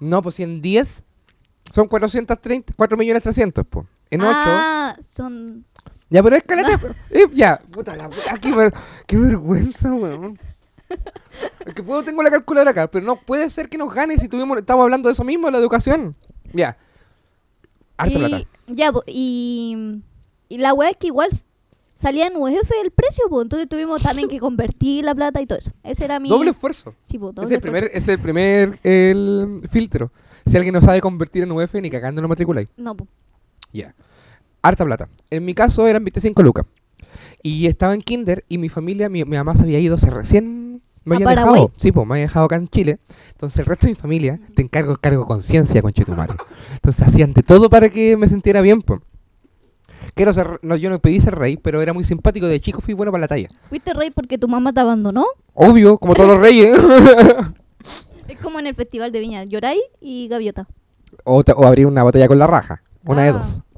Speaker 2: No, pues si en 10 son 430, 4 millones 300, pues. En 8.
Speaker 3: ah, son...
Speaker 2: Ya, pero escalate. ya, puta la wea, qué, ver- qué vergüenza, weón. Es que puedo, tengo la calculadora acá, pero no puede ser que nos gane si tuvimos, estamos hablando de eso mismo, la educación. Ya. Harta
Speaker 3: y,
Speaker 2: plata.
Speaker 3: Ya, po, y, y la weá es que igual s- salía en UF el precio, po, entonces tuvimos también que convertir la plata y todo eso. Ese era mi...
Speaker 2: Doble esfuerzo.
Speaker 3: Sí, po,
Speaker 2: Ese
Speaker 3: doble
Speaker 2: es el primer, es el primer el filtro. Si alguien no sabe convertir en UF, ni cagando lo matriculáis.
Speaker 3: esfuerzo. No, po.
Speaker 2: Ya. Harta plata. En mi caso eran 25 lucas. Y estaba en kinder y mi familia, mi, mi mamá se había ido, se recién me
Speaker 3: ¿A
Speaker 2: había
Speaker 3: Paraguay?
Speaker 2: dejado. Sí, pues me había dejado acá en Chile. Entonces el resto de mi familia, te encargo el cargo de conciencia con Chetumare. Entonces hacían de todo para que me sintiera bien, pues. Quiero ser, no, yo no pedí ser rey, pero era muy simpático. De chico fui bueno para la talla.
Speaker 3: Fuiste rey porque tu mamá te abandonó.
Speaker 2: Obvio, como todos los reyes.
Speaker 3: Es como en el festival de viña, lloráis y gaviota.
Speaker 2: O, te- o abrir una botella con la raja. Una de
Speaker 3: Ah.
Speaker 2: dos.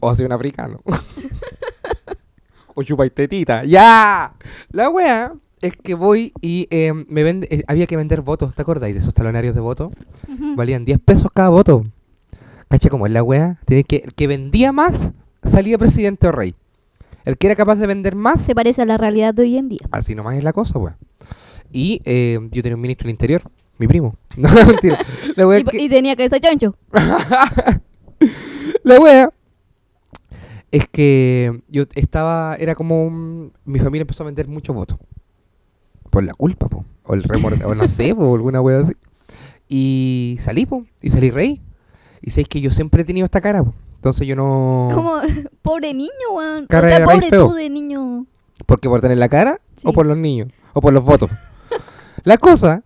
Speaker 2: O hacer un africano. o chupáis tetita. ¡Ya! La wea es que voy y eh, me vende, eh, había que vender votos. ¿Te acordáis de esos talonarios de votos?
Speaker 3: Ujú.
Speaker 2: Valían 10 pesos cada voto. ¿Cacha cómo es la wea? Tiene que, el que vendía más salía presidente o rey. El que era capaz de vender más
Speaker 3: Se parece a la realidad de hoy en día.
Speaker 2: Así nomás es la cosa, weón. Y eh, yo tenía un ministro del interior, mi primo. No, mentira. La wea
Speaker 3: Y,
Speaker 2: es que-
Speaker 3: y tenía cabeza de chancho.
Speaker 2: la wea es que yo estaba, era como un- mi familia empezó a vender muchos votos. Por la culpa, po. O el remor, o no sé, po, alguna wea así. Y salí, po. Y salí rey. Y sé que yo siempre he tenido esta cara, po. Entonces yo no.
Speaker 3: Como, pobre niño, weón.
Speaker 2: Cara
Speaker 3: o sea,
Speaker 2: de rey
Speaker 3: pobre
Speaker 2: feo.
Speaker 3: tú de niño.
Speaker 2: ¿Por qué? ¿Por tener la cara? ¿O
Speaker 3: Sí.
Speaker 2: por los niños? ¿O por los votos? la cosa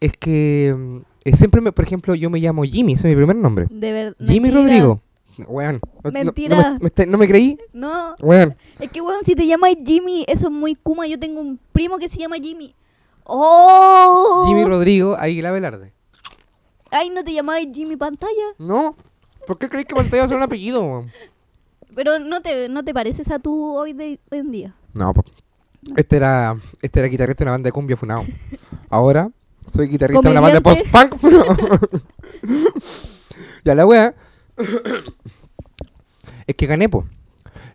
Speaker 2: es que mm, eh, siempre, me, por ejemplo, yo me llamo Jimmy, ese es mi primer nombre.
Speaker 3: De verdad.
Speaker 2: Jimmy Rodrigo. Weón. no- no- no me-
Speaker 3: Mentira.
Speaker 2: me está- No, me creí.
Speaker 3: No,
Speaker 2: Weón.
Speaker 3: es que weón, si te llamas Jimmy, eso es muy kuma. Yo tengo un primo que se llama Jimmy. ¡Oh!
Speaker 2: Jimmy Rodrigo Aguila Velarde.
Speaker 3: Ay, no te llamabas Jimmy Pantalla.
Speaker 2: No. ¿Por qué creí que Pantalla era un apellido? weón?
Speaker 3: Pero no te, no te pareces a tú hoy, de, hoy en día.
Speaker 2: No, po. Este era, este era guitarrista de una banda de cumbia funao. Ahora soy guitarrista de una banda de post-punk funao. ya la wea. es que gané, po.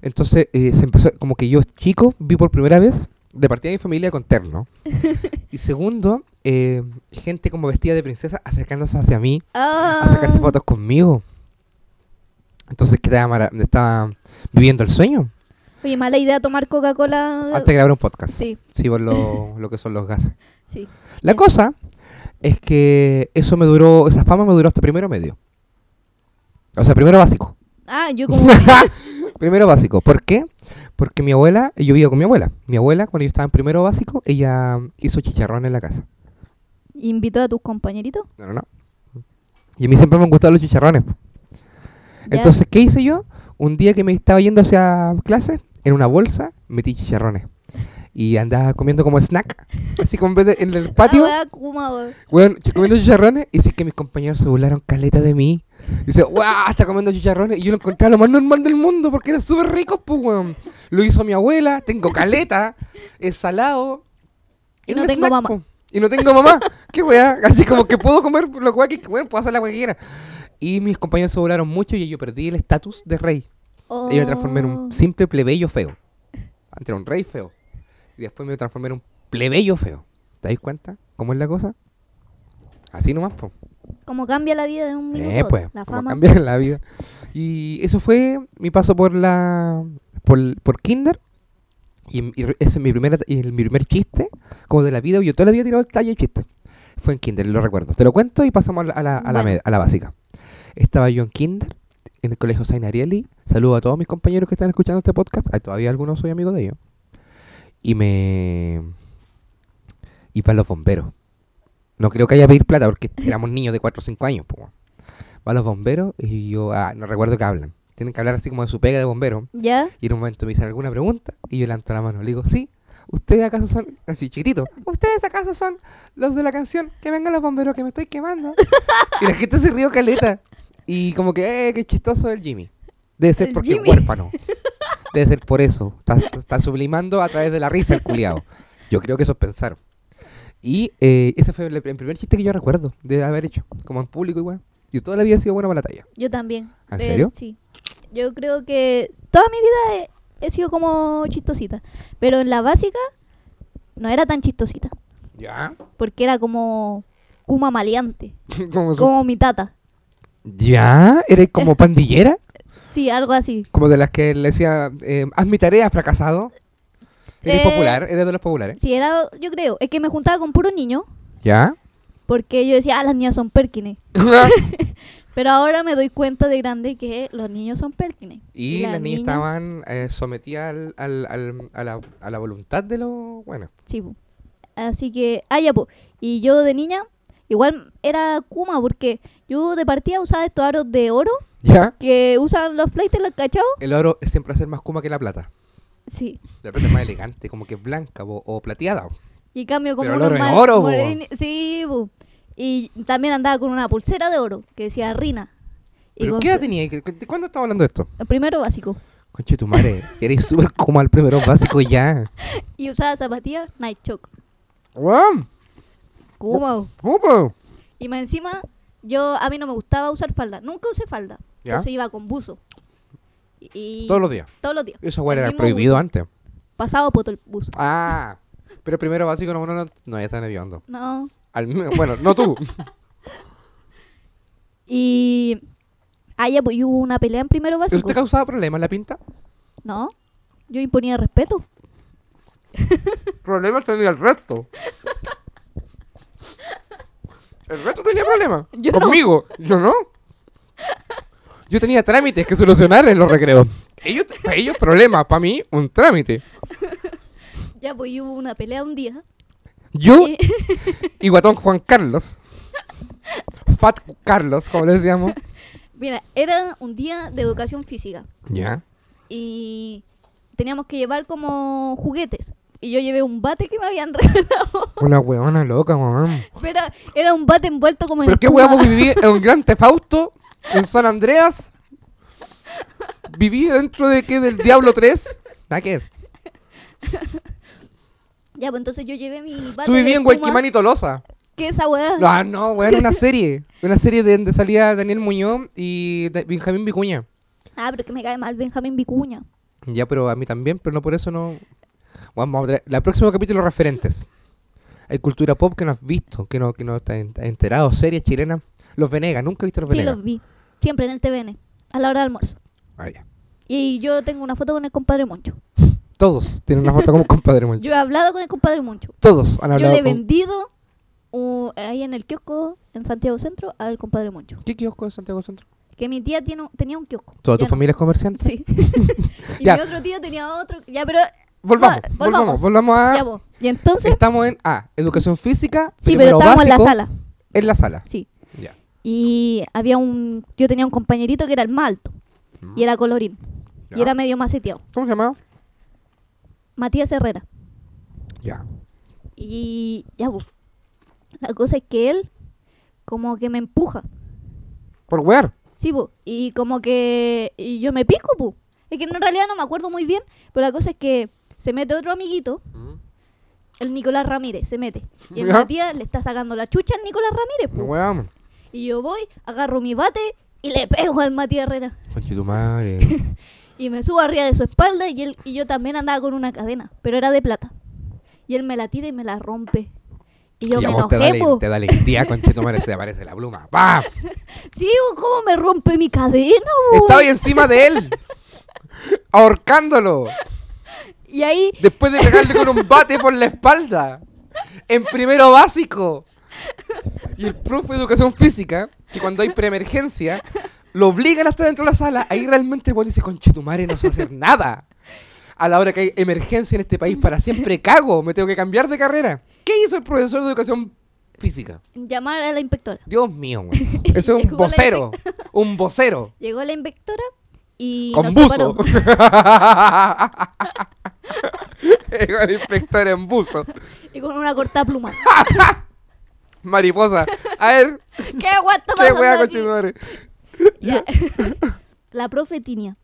Speaker 2: Entonces, eh, se empezó, como que yo chico, vi por primera vez, de partida de mi familia con terno. y segundo, eh, gente como vestida de princesa acercándose hacia mí
Speaker 3: Ah.
Speaker 2: a sacarse fotos conmigo. Entonces que estaba, mara- estaba viviendo el sueño.
Speaker 3: Oye, mala idea tomar Coca-Cola.
Speaker 2: Antes de grabar un podcast.
Speaker 3: Sí,
Speaker 2: Sí, por lo, lo que son los gases.
Speaker 3: sí.
Speaker 2: La cosa es que eso me duró, esa fama me duró hasta primero medio. O sea, primero básico.
Speaker 3: Ah, yo como.
Speaker 2: primero básico. ¿Por qué? Porque mi abuela, yo vivía con mi abuela. Mi abuela, cuando yo estaba en primero básico, ella hizo chicharrón en la casa.
Speaker 3: Invito a tus compañeritos.
Speaker 2: No, no, no. Y a mí siempre me han gustado los chicharrones. po.
Speaker 3: Ya.
Speaker 2: Entonces, ¿qué hice yo? Un día que me estaba yendo hacia clases, en una bolsa, metí chicharrones. Y andaba comiendo como snack. Así como en vez de- en el patio.
Speaker 3: Ah, weá, Kuma, weá.
Speaker 2: Bueno, comiendo chicharrones y sí que mis compañeros se burlaron caleta de mí. Dice, ¡guau! Está comiendo chicharrones. Y yo lo encontraba lo más normal del mundo porque eran súper ricos, pues, weón. Lo hizo mi abuela, tengo caleta, es salado.
Speaker 3: Y
Speaker 2: Era
Speaker 3: no
Speaker 2: un
Speaker 3: tengo mamá.
Speaker 2: po. Y no tengo mamá. ¡Qué weá! Así como que puedo comer lo weá que bueno, puedo hacer la weá que quiera. Y mis compañeros se burlaron mucho y yo perdí el estatus de rey. Y me transformé en un
Speaker 3: Oh.
Speaker 2: simple plebeyo feo. Antes era un rey feo. Y después me transformé en un plebeyo feo. ¿Te dais cuenta cómo es la cosa? Así nomás, po.
Speaker 3: Como cambia la vida en un minuto.
Speaker 2: Eh, pues,
Speaker 3: la
Speaker 2: como
Speaker 3: fama.
Speaker 2: cambia la vida. Y eso fue mi paso por la por, por kinder. Y, y re- ese es mi primer, y el- mi primer chiste, como de la vida. Yo toda la vida he tirado el tallo de chiste. Fue en kinder, lo recuerdo. Te lo cuento y pasamos a la, a la, a la
Speaker 3: Vale.
Speaker 2: med- a la básica. Estaba yo en kinder, en el colegio Saint Arieli. Saludo a todos mis compañeros que están escuchando este podcast. Hay todavía algunos soy amigo de ellos. Y me... Y para los bomberos. No creo que haya pedir plata porque éramos niños de 4 o 5 años. Pues. Va los bomberos y yo ah, no recuerdo que hablan. Tienen que hablar así como de su pega de bombero.
Speaker 3: ¿Ya?
Speaker 2: Y en un momento me dicen alguna pregunta y yo levanto la mano. Le digo, sí, ¿ustedes acaso son, así chiquitito, ¿ustedes acaso son los de la canción que vengan los bomberos que me estoy quemando? y la gente se rió caleta. Y como que, eh, qué chistoso el Jimmy. Debe ser
Speaker 3: El
Speaker 2: porque es
Speaker 3: Jimmy.
Speaker 2: huérfano. Debe ser por eso. Está, está- está sublimando a través de la risa el culiao. Yo creo que eso es pensar. Y eh, ese fue el, el primer chiste que yo recuerdo de haber hecho, como en público igual. Yo toda la vida he sido bueno para la talla.
Speaker 3: Yo también.
Speaker 2: ¿En
Speaker 3: Eh,
Speaker 2: serio?
Speaker 3: Sí. Yo creo que toda mi vida he, he sido como chistosita. Pero en la básica no era tan chistosita.
Speaker 2: Ya.
Speaker 3: Porque era como Kuma maleante.
Speaker 2: como su-
Speaker 3: Como mi tata.
Speaker 2: ¿Ya? ¿Eres como pandillera?
Speaker 3: Sí, algo así.
Speaker 2: Como de las que le decía, eh, haz mi tarea, fracasado. Eres
Speaker 3: Eh.
Speaker 2: popular, eres de los populares.
Speaker 3: Sí, era, yo creo. Es que me juntaba con puros niños.
Speaker 2: ¿Ya?
Speaker 3: Porque yo decía, ah, las niñas son perkines. Pero ahora me doy cuenta de grande que los niños son perkines.
Speaker 2: y las niñas
Speaker 3: niña-
Speaker 2: estaban eh, sometidas al, al- al- a, la, a la voluntad de los buenos.
Speaker 3: Sí, po. Así que, ah, ya, po. Y yo de niña, igual era Kuma, porque yo de partida usaba estos aros de oro
Speaker 2: ¿Ya?
Speaker 3: que usan los pleites, los cachados.
Speaker 2: El oro es siempre va a ser más kuma que la plata.
Speaker 3: Sí.
Speaker 2: La plata es más elegante, como que es blanca o, o plateada.
Speaker 3: Y en cambio, como
Speaker 2: Pero el
Speaker 3: unos
Speaker 2: oro es
Speaker 3: mal-
Speaker 2: oro, po.
Speaker 3: moren- Sí, po. Y también andaba con una pulsera de oro que decía Rina. Y
Speaker 2: ¿Pero
Speaker 3: con
Speaker 2: qué edad
Speaker 3: su-
Speaker 2: tenía? ¿Cu- ¿De cuándo estamos hablando de esto?
Speaker 3: Primero básico.
Speaker 2: Conche tu madre, eres súper kuma al primero básico ya.
Speaker 3: Y usaba zapatillas Night Shock.
Speaker 2: ¡Guau!
Speaker 3: Kuma, po.
Speaker 2: ¿Cómo?
Speaker 3: Y más encima, yo a mí no me gustaba usar falda. Nunca usé falda.
Speaker 2: ¿Ya?
Speaker 3: Entonces iba con buzo. Y- Y
Speaker 2: Todos los días.
Speaker 3: Todos los días.
Speaker 2: Esa hueá
Speaker 3: El
Speaker 2: era
Speaker 3: mismo
Speaker 2: prohibido
Speaker 3: buzo.
Speaker 2: antes.
Speaker 3: Pasaba por todo el buzo.
Speaker 2: Ah, pero primero básico no, no, no, no ya están hediondo.
Speaker 3: No.
Speaker 2: Al menos- bueno, no tú.
Speaker 3: Ah, Y. Ah, ya, pues y hubo una pelea en primero básico.
Speaker 2: ¿Usted causaba problemas la pinta?
Speaker 3: No. Yo imponía respeto.
Speaker 2: Problemas tenía el resto. El resto tenía problemas.
Speaker 3: Yo no.
Speaker 2: Conmigo. Yo no. Yo tenía trámites que solucionar en los recreos. Ellos, para ellos problemas, para mí un trámite.
Speaker 3: Ya, pues y hubo una pelea un día.
Speaker 2: Yo
Speaker 3: Y-
Speaker 2: y guatón Juan Carlos. Fat Carlos, como le decíamos.
Speaker 3: Mira, era un día de educación física.
Speaker 2: Ya.
Speaker 3: Y teníamos que llevar como juguetes. Y yo llevé un bate que me habían regalado.
Speaker 2: Una huevona loca, mamá.
Speaker 3: Pero era- era un bate envuelto como en
Speaker 2: Pero qué
Speaker 3: espuma.
Speaker 2: huevo viví en un gran tefauto, en San Andreas. Viví dentro de qué, del Diablo 3. Nada que ver.
Speaker 3: Ya, pues entonces yo llevé mi bate.
Speaker 2: Tú
Speaker 3: de
Speaker 2: viví en
Speaker 3: espuma,
Speaker 2: Huayquimán y Tolosa.
Speaker 3: Que esa weá.
Speaker 2: No, ah, no, weón, una serie. Una serie de donde salía Daniel Muñoz y Da- Benjamín Vicuña.
Speaker 3: Ah, pero que me cae mal Benjamín Vicuña.
Speaker 2: Ya, pero a mí también, pero no por eso no. Bueno, vamos a traer- la próximo capítulo referentes. Hay cultura pop que no has visto, que no, que no te has enterado, series chilenas. Los Venegas, nunca he visto los
Speaker 3: Sí,
Speaker 2: Venegas.
Speaker 3: los vi. Siempre en el TVN. A la hora del almuerzo.
Speaker 2: Ah, ya.
Speaker 3: Y yo tengo una foto con el compadre Moncho.
Speaker 2: Todos tienen una foto como compadre Moncho.
Speaker 3: Yo he hablado con el compadre Moncho.
Speaker 2: Todos han
Speaker 3: Yo
Speaker 2: hablado
Speaker 3: le he
Speaker 2: con-
Speaker 3: vendido uh, ahí en el kiosco en Santiago Centro al compadre Moncho.
Speaker 2: ¿Qué kiosco de Santiago Centro?
Speaker 3: Que mi tía tiene un- tenía un kiosco.
Speaker 2: ¿Toda
Speaker 3: Ya
Speaker 2: tu
Speaker 3: no.
Speaker 2: familia es comerciante?
Speaker 3: Sí. y
Speaker 2: Ya.
Speaker 3: mi otro tío tenía otro. Ya, pero.
Speaker 2: Volvamos,
Speaker 3: Va,
Speaker 2: volvamos,
Speaker 3: volvamos.
Speaker 2: volvamos a...
Speaker 3: Ya, vos. Y entonces.
Speaker 2: Estamos en A, educación física.
Speaker 3: Sí, pero
Speaker 2: primero
Speaker 3: estábamos en la
Speaker 2: básico,
Speaker 3: sala.
Speaker 2: En la sala.
Speaker 3: Sí.
Speaker 2: Ya.
Speaker 3: Y había un. Yo tenía un compañerito que era el más alto. Y era colorín.
Speaker 2: Ya.
Speaker 3: Y era medio maceteado.
Speaker 2: ¿Cómo se llamaba?
Speaker 3: Matías Herrera.
Speaker 2: Ya.
Speaker 3: Y ya, pues. La cosa es que él, como que me empuja.
Speaker 2: Por wear.
Speaker 3: Sí, pues. Y como que. y yo me pico, pues. Es que en realidad no me acuerdo muy bien. Pero la cosa es que se mete otro amiguito,
Speaker 2: Mm.
Speaker 3: el Nicolás Ramírez, se mete. Y el
Speaker 2: Ya.
Speaker 3: Matías le está sacando la chucha al Nicolás Ramírez,
Speaker 2: No
Speaker 3: pues.
Speaker 2: weamos.
Speaker 3: Y yo voy, agarro mi bate y le pego al Matías Herrera.
Speaker 2: Conche tu madre.
Speaker 3: Y me subo arriba de su espalda y, él, y yo también andaba con una cadena, pero era de plata. Y él me la tira y me la rompe. Y yo
Speaker 2: Ya
Speaker 3: me
Speaker 2: vos te da
Speaker 3: enojé,
Speaker 2: la-
Speaker 3: po.
Speaker 2: te da la tía, conche tu madre, se te aparece la pluma. ¡Pam!
Speaker 3: Sí, po, ¿cómo me rompe mi cadena, po?
Speaker 2: Estaba ahí encima de él. Ahorcándolo.
Speaker 3: Y ahí,
Speaker 2: Después de pegarle con un bate por la espalda. En primero básico. Y el profe de educación física, que cuando hay preemergencia, lo obligan a estar dentro de la sala. Ahí realmente el bueno, dice, conchetumare, no sé hacer nada. A la hora que hay emergencia en este país, para siempre cago, me tengo que cambiar de carrera. ¿Qué hizo el profesor de educación física?
Speaker 3: llamar a la inspectora.
Speaker 2: Dios mío, güey. Eso es un
Speaker 3: Llegó la
Speaker 2: vocero. Un vocero.
Speaker 3: Llegó la inspectora y
Speaker 2: Con
Speaker 3: nos
Speaker 2: buzo.
Speaker 3: separó.
Speaker 2: Llegó el inspector en buzo.
Speaker 3: Y con una corta pluma.
Speaker 2: Mariposa. A ver,
Speaker 3: ¿Qué guay está
Speaker 2: qué
Speaker 3: pasando
Speaker 2: wea
Speaker 3: aquí?
Speaker 2: continuar.
Speaker 3: Ya. La profe Tinia.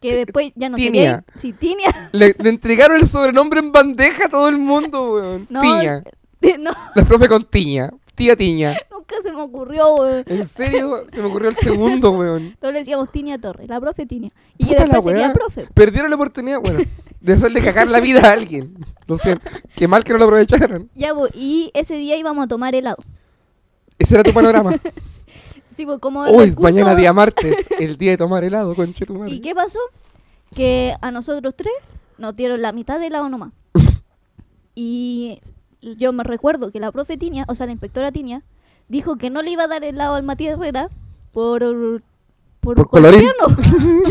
Speaker 3: Que después ya no
Speaker 2: Tinia.
Speaker 3: sé qué. Sí, Tinia.
Speaker 2: Le, le entregaron el sobrenombre en bandeja a todo el mundo, weón.
Speaker 3: No, eh.
Speaker 2: Tiña.
Speaker 3: No,
Speaker 2: La profe con tiña. Tía tiña.
Speaker 3: nunca se me ocurrió, weón.
Speaker 2: En serio, se me ocurrió el segundo, weón.
Speaker 3: Entonces le decíamos Tinia Torres, la profe Tinia. Y que
Speaker 2: Puta la
Speaker 3: después sería
Speaker 2: wea.
Speaker 3: profe.
Speaker 2: Perdieron la oportunidad, bueno, de hacerle cagar la vida a alguien. Lo siento. Qué mal que no lo aprovecharon.
Speaker 3: Ya, bo, y ese día íbamos a tomar helado.
Speaker 2: Ese era tu panorama.
Speaker 3: Sí, bo, como el
Speaker 2: Uy,
Speaker 3: curso-
Speaker 2: mañana día martes, el día de tomar helado, conche tu madre.
Speaker 3: ¿Y qué pasó? Que a nosotros tres nos dieron la mitad de helado nomás. y yo me recuerdo que la profe Tinia, o sea, la inspectora Tinia, dijo que no le iba a dar helado al Matías Herrera por... Por,
Speaker 2: Por colorín.
Speaker 3: colombiano.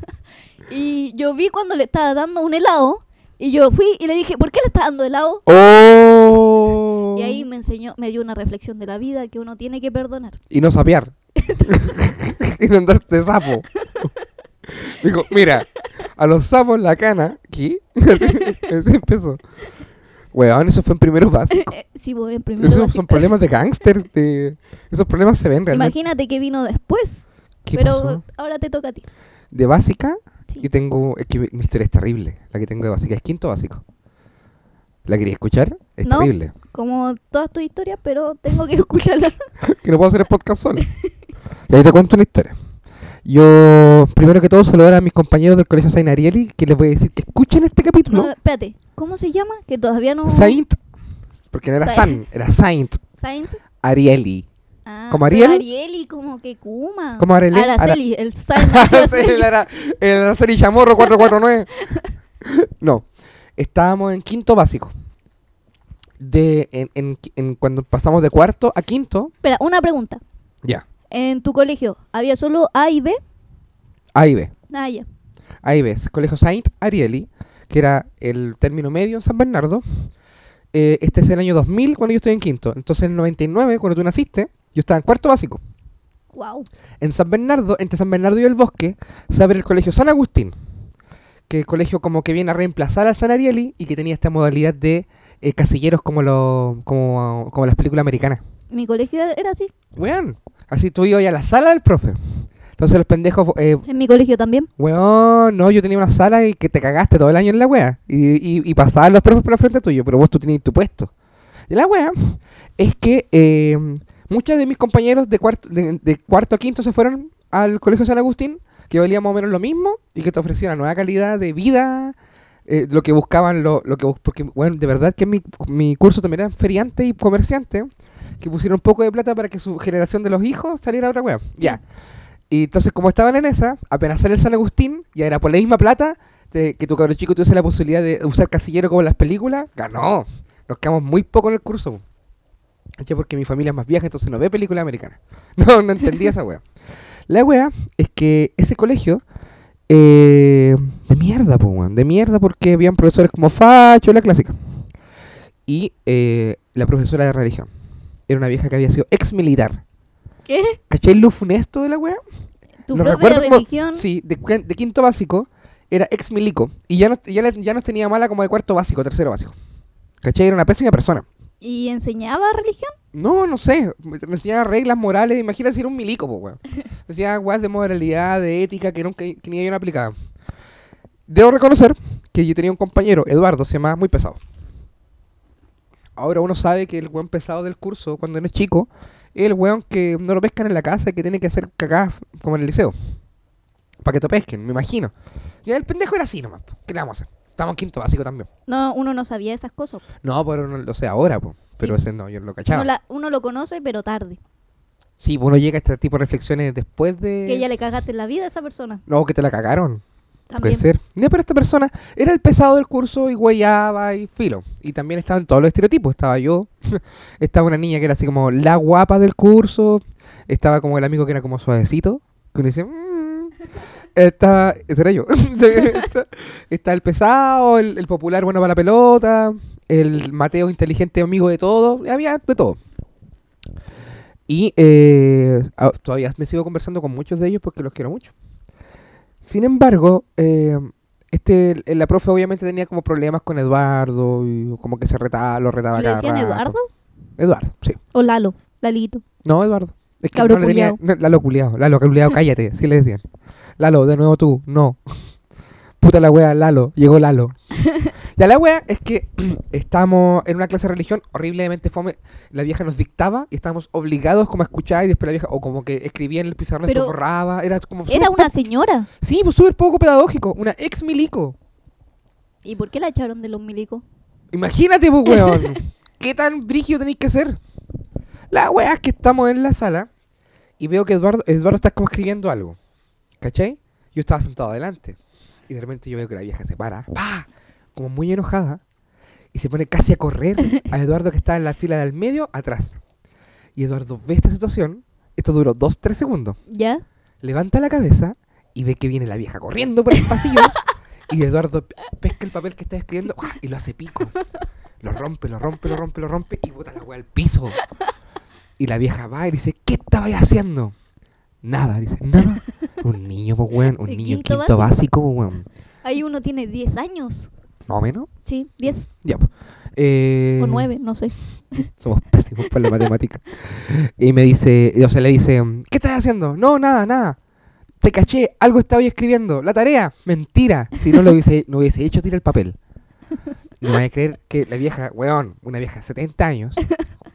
Speaker 3: y yo vi cuando le estaba dando un helado y yo fui y le dije, ¿por qué le está dando helado?
Speaker 2: ¡Oh!
Speaker 3: Y ahí me enseñó, me dio una reflexión de la vida que uno tiene que perdonar.
Speaker 2: y no sapear. y no andarte sapo. Dijo, mira, a los sapos la cana, ¿qué? Así empezó. Weón, eso fue en primero básico.
Speaker 3: Eh, sí, voy en primero.
Speaker 2: Esos
Speaker 3: básico.
Speaker 2: son problemas de gángster. de- Esos problemas se ven realmente.
Speaker 3: Imagínate que vino después.
Speaker 2: ¿Qué
Speaker 3: pero
Speaker 2: pasó?
Speaker 3: ahora te toca a ti.
Speaker 2: De básica,
Speaker 3: Sí.
Speaker 2: yo tengo. Es que mi, mi historia es terrible. La que tengo de básica es quinto básico. ¿La quería escuchar? Es
Speaker 3: No.
Speaker 2: terrible.
Speaker 3: Como todas tus historias, pero tengo que escucharla.
Speaker 2: que no puedo hacer el podcast solo. Y ahí te cuento una historia. Yo, primero que todo, saludar a mis compañeros del Colegio Saint Arieli, que les voy a decir que escuchen este
Speaker 3: No,
Speaker 2: capítulo.
Speaker 3: Ah, espérate, ¿cómo se llama? Que todavía no.
Speaker 2: Saint, porque no era San,
Speaker 3: Saint.
Speaker 2: era Saint
Speaker 3: Saint.
Speaker 2: Arieli.
Speaker 3: Ah,
Speaker 2: ¿Como
Speaker 3: pero
Speaker 2: Ariel?
Speaker 3: Ariel y como que Kuma.
Speaker 2: ¿Cómo Arele-
Speaker 3: Araceli, el Saint Araceli.
Speaker 2: Él era el Araceli Chamorro 449. No, estábamos en quinto básico. De, en, en- en cuando pasamos de cuarto a quinto,
Speaker 3: Espera, una pregunta.
Speaker 2: ya,
Speaker 3: En tu colegio, ¿había solo A y B?
Speaker 2: ahí ve.
Speaker 3: Ah, ya.
Speaker 2: ahí ves, Colegio Saint Arieli, que era el término medio en San Bernardo. Eh, este es el año 2000 cuando yo estoy en quinto. Entonces, en el 99, cuando tú naciste, yo estaba en cuarto básico.
Speaker 3: Wow.
Speaker 2: En San Bernardo, entre San Bernardo y el bosque, se abre el Colegio San Agustín, que el colegio como que viene a reemplazar al San Arieli y que tenía esta modalidad de eh, casilleros como, los como, como las películas americanas.
Speaker 3: Mi colegio era así.
Speaker 2: Weón, así tú ibas a la sala del profe. Entonces los pendejos eh,
Speaker 3: En mi colegio también.
Speaker 2: Weón, no, yo tenía una sala y que te cagaste todo el año en la wea. Y, y, y pasaban los profes por la frente tuyo, pero vos tú tenías tu puesto. Y la wea es que eh, muchos de mis compañeros de cuarto, de, de cuarto a quinto se fueron al Colegio San Agustín, que valía más o menos lo mismo y que te ofrecía una nueva calidad de vida. eh, lo que buscaban, lo, lo que bus- porque, bueno, de verdad que mi, mi curso también eran feriantes y comerciantes que pusieron un poco de plata para que su generación de los hijos saliera a otra wea. Ya. Y entonces, como estaban en esa, apenas sale el San Agustín, ya era por la misma plata de que tu cabrón chico tuviese la posibilidad de usar casillero como en las películas, ganó. Nos quedamos muy poco en el curso. po. Ya porque mi familia es más vieja, entonces no ve películas americanas. No, no entendía esa wea. La wea es que ese colegio, eh, de mierda, po, weón, de mierda, porque habían profesores como Facho, la clásica. Y eh, la profesora de religión. Era una vieja que había sido ex militar.
Speaker 3: ¿Qué?
Speaker 2: ¿Cachai lo funesto de la wea?
Speaker 3: Tu
Speaker 2: Lo
Speaker 3: propia
Speaker 2: recuerdo como-
Speaker 3: religión.
Speaker 2: sí, de, cuen- de quinto básico era ex milico. Y ya nos, ya, le- ya nos tenía mala como de cuarto básico, tercero básico. ¿Cachai? Era una pésima persona.
Speaker 3: ¿Y enseñaba religión?
Speaker 2: No, no sé. Me me enseñaba reglas morales. Imagínate si era un milico, po, weón. Decía guas de moralidad, de ética que, nunca, que ni yo no aplicaba. Debo reconocer que yo tenía un compañero, Eduardo, se llamaba muy pesado. Ahora uno sabe que el weón pesado del curso, cuando uno es chico, es el weón que no lo pescan en la casa y que tiene que hacer cagadas como en el liceo. Para que te pesquen, me imagino. Y el pendejo era así nomás. po. ¿Qué le vamos a hacer? Estamos en quinto básico también.
Speaker 3: No, uno no sabía esas cosas.
Speaker 2: No, pero no lo sé ahora, po. Pero ese no, yo lo cachaba.
Speaker 3: Uno, la- uno lo conoce, pero tarde.
Speaker 2: Sí, uno llega a este tipo de reflexiones después de...
Speaker 3: Que ya le cagaste la vida a esa persona.
Speaker 2: No, que te la cagaron. Puede
Speaker 3: También.
Speaker 2: ser. No, pero esta persona era el pesado del curso y huellaba y filo. Y también estaban todos los estereotipos. Estaba yo, estaba una niña que era así como la guapa del curso, estaba como el amigo que era como suavecito, que uno dice... "Mm". Estaba... Ese era yo. está, está el pesado, el, el popular bueno para la pelota, el Mateo inteligente amigo de todo, había de todo. Y eh, ah, todavía me sigo conversando con muchos de ellos porque los quiero mucho. Sin embargo, eh, este, el- la profe obviamente tenía como problemas con Eduardo y como que se retaba, lo retaba
Speaker 3: ¿Le
Speaker 2: cada
Speaker 3: decían
Speaker 2: rato.
Speaker 3: Eduardo
Speaker 2: Eduardo, sí.
Speaker 3: o Lalo? Lalito.
Speaker 2: No, Eduardo. Es que
Speaker 3: Cabro
Speaker 2: no le tenía... no, Lalo culiao, Lalo culiao, cállate, sí le decían. Lalo, de nuevo tú, no. Puta la wea, Lalo, llegó Lalo. ya la wea es que estamos en una clase de religión horriblemente fome. La vieja nos dictaba y estábamos obligados como a escuchar y después la vieja, o como que escribía en el pizarrón, después
Speaker 3: Pero
Speaker 2: borraba. Era como súper
Speaker 3: Era una
Speaker 2: poco-
Speaker 3: señora.
Speaker 2: Sí, pues súper poco pedagógico, una ex milico.
Speaker 3: ¿Y por qué la echaron de los milicos?
Speaker 2: Imagínate, pues, weón. ¿Qué tan brígido tenéis que ser? La weá es que estamos en la sala y veo que Eduardo, Eduardo está como escribiendo algo. ¿Cachai? Yo estaba sentado adelante. Y de repente yo veo que la vieja se para, ¡pa! como muy enojada, y se pone casi a correr a Eduardo que está en la fila del medio atrás. Y Eduardo ve esta situación, esto duró 2-3 segundos,
Speaker 3: ¿Ya?
Speaker 2: levanta la cabeza y ve que viene la vieja corriendo por el pasillo. y Eduardo pe- pesca el papel que está escribiendo ¡guau! y lo hace pico. Lo rompe, lo rompe, lo rompe, lo rompe y bota la weá al piso. Y la vieja va y le dice, ¿qué estabais haciendo? Nada, dice, nada. Un niño, pues weón, un
Speaker 3: De
Speaker 2: niño en
Speaker 3: quinto
Speaker 2: quinto básico, pues, weón.
Speaker 3: Ahí uno tiene 10 años.
Speaker 2: Más o menos.
Speaker 3: Sí, 10
Speaker 2: Ya, pues. Eh,
Speaker 3: o 9, no sé.
Speaker 2: Somos pésimos para la matemática. Y me dice, o sea, le dice, mm, ¿qué estás haciendo? No, nada, nada. Te caché, algo estaba ahí escribiendo. La tarea, mentira. Si no lo hubiese, no hubiese hecho, tira el papel. No me vas a creer que la vieja, weón, una vieja de 70 años,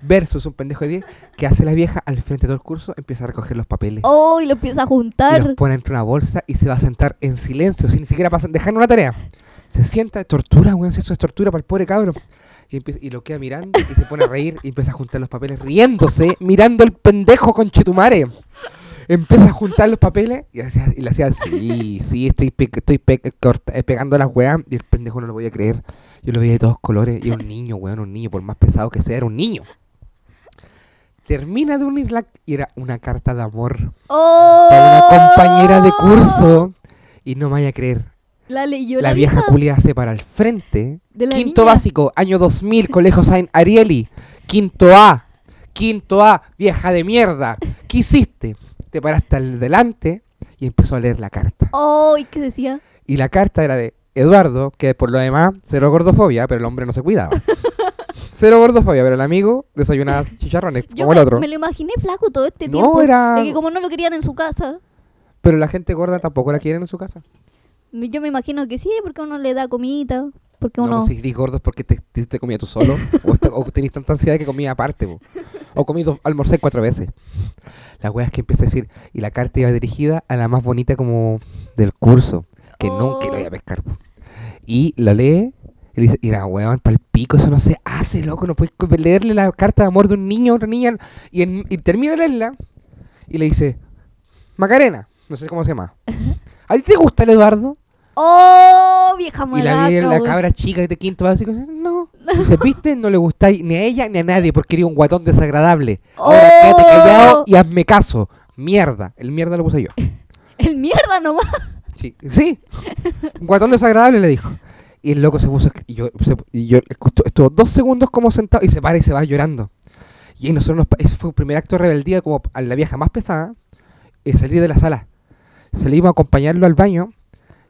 Speaker 2: versus un pendejo de 10, que hace la vieja al frente de todo el curso, empieza a recoger los papeles.
Speaker 3: ¡Oh! Y lo empieza a
Speaker 2: Y los
Speaker 3: juntar.
Speaker 2: pone entre una bolsa y se va a sentar en silencio, sin ni siquiera pasar, dejando una tarea. Se sienta, tortura, weón, si eso es tortura para el pobre cabro. Y, empieza- y lo queda mirando y se pone a reír y empieza a juntar los papeles riéndose, mirando el pendejo con Chetumare. Empieza a juntar los papeles y, hacía- y le hacía sí, sí, estoy, pe- estoy pe- corta- eh, pegando las weas. Y el pendejo no lo voy a creer. Yo lo veía de todos colores. Y era un niño, weón, un niño, por más pesado que sea, era un niño. Termina de unirla y era una carta de amor
Speaker 3: ¡Oh!
Speaker 2: para una compañera de curso. Y no me vaya a creer.
Speaker 3: La leyó
Speaker 2: La, vieja culia se para al frente.
Speaker 3: De la
Speaker 2: quinto
Speaker 3: niña.
Speaker 2: básico, año 2000, Colegio Saint Arieli. Quinto A. Quinto A, vieja de mierda. ¿Qué hiciste? Te paraste al delante y empezó a leer la carta.
Speaker 3: ¡Oh! ¿Y qué decía?
Speaker 2: Y la carta era de Eduardo, que por lo demás, cero gordofobia, pero el hombre no se cuidaba. cero gordofobia, pero el amigo desayunaba chicharrones,
Speaker 3: Yo
Speaker 2: como el
Speaker 3: me,
Speaker 2: otro.
Speaker 3: me lo imaginé flaco todo este
Speaker 2: No,
Speaker 3: tiempo.
Speaker 2: era-
Speaker 3: De que como no lo querían en su casa,
Speaker 2: Pero la gente gorda tampoco la quieren en su casa.
Speaker 3: me- yo me imagino que sí, porque uno le da comidita. Porque
Speaker 2: No,
Speaker 3: uno.
Speaker 2: pues si eres gordo es porque te, te, te comías tú solo. o, esta- o tenías tanta ansiedad que comías aparte. po. O comí dos, almorcé cuatro veces. La wea es que empieza a decir. Y la carta iba dirigida a la más bonita como del curso. Que nunca
Speaker 3: Oh.
Speaker 2: lo iba a pescar. po. Y la lee. Y le dice, mira, weón, pal pico, eso no se hace, loco. No puedes co- leerle la carta de amor de un niño a una niña. Y, en- y termina de leerla. Y le dice, Macarena, no sé cómo se llama. ¿A ti te gusta el Eduardo?
Speaker 3: ¡Oh, vieja
Speaker 2: Y
Speaker 3: maraca!
Speaker 2: la, vi- la
Speaker 3: weón.
Speaker 2: cabra chica de quinto básico. dice, No. Dice, viste, no le gustáis ni a ella ni a nadie porque era un guatón desagradable. Ahora
Speaker 3: ¡Oh!
Speaker 2: quédate callado y hazme caso. Mierda. El mierda lo puse yo.
Speaker 3: El mierda nomás.
Speaker 2: Sí. Sí. Un guatón desagradable le dijo. Y el loco se puso. Y yo, se- y yo escucho- estuvo dos segundos como sentado y se para y se va llorando. Y ahí nosotros nos pa- ese fue el primer acto de rebeldía como a la vieja más pesada. eh, salir de la sala. Salimos a acompañarlo al baño.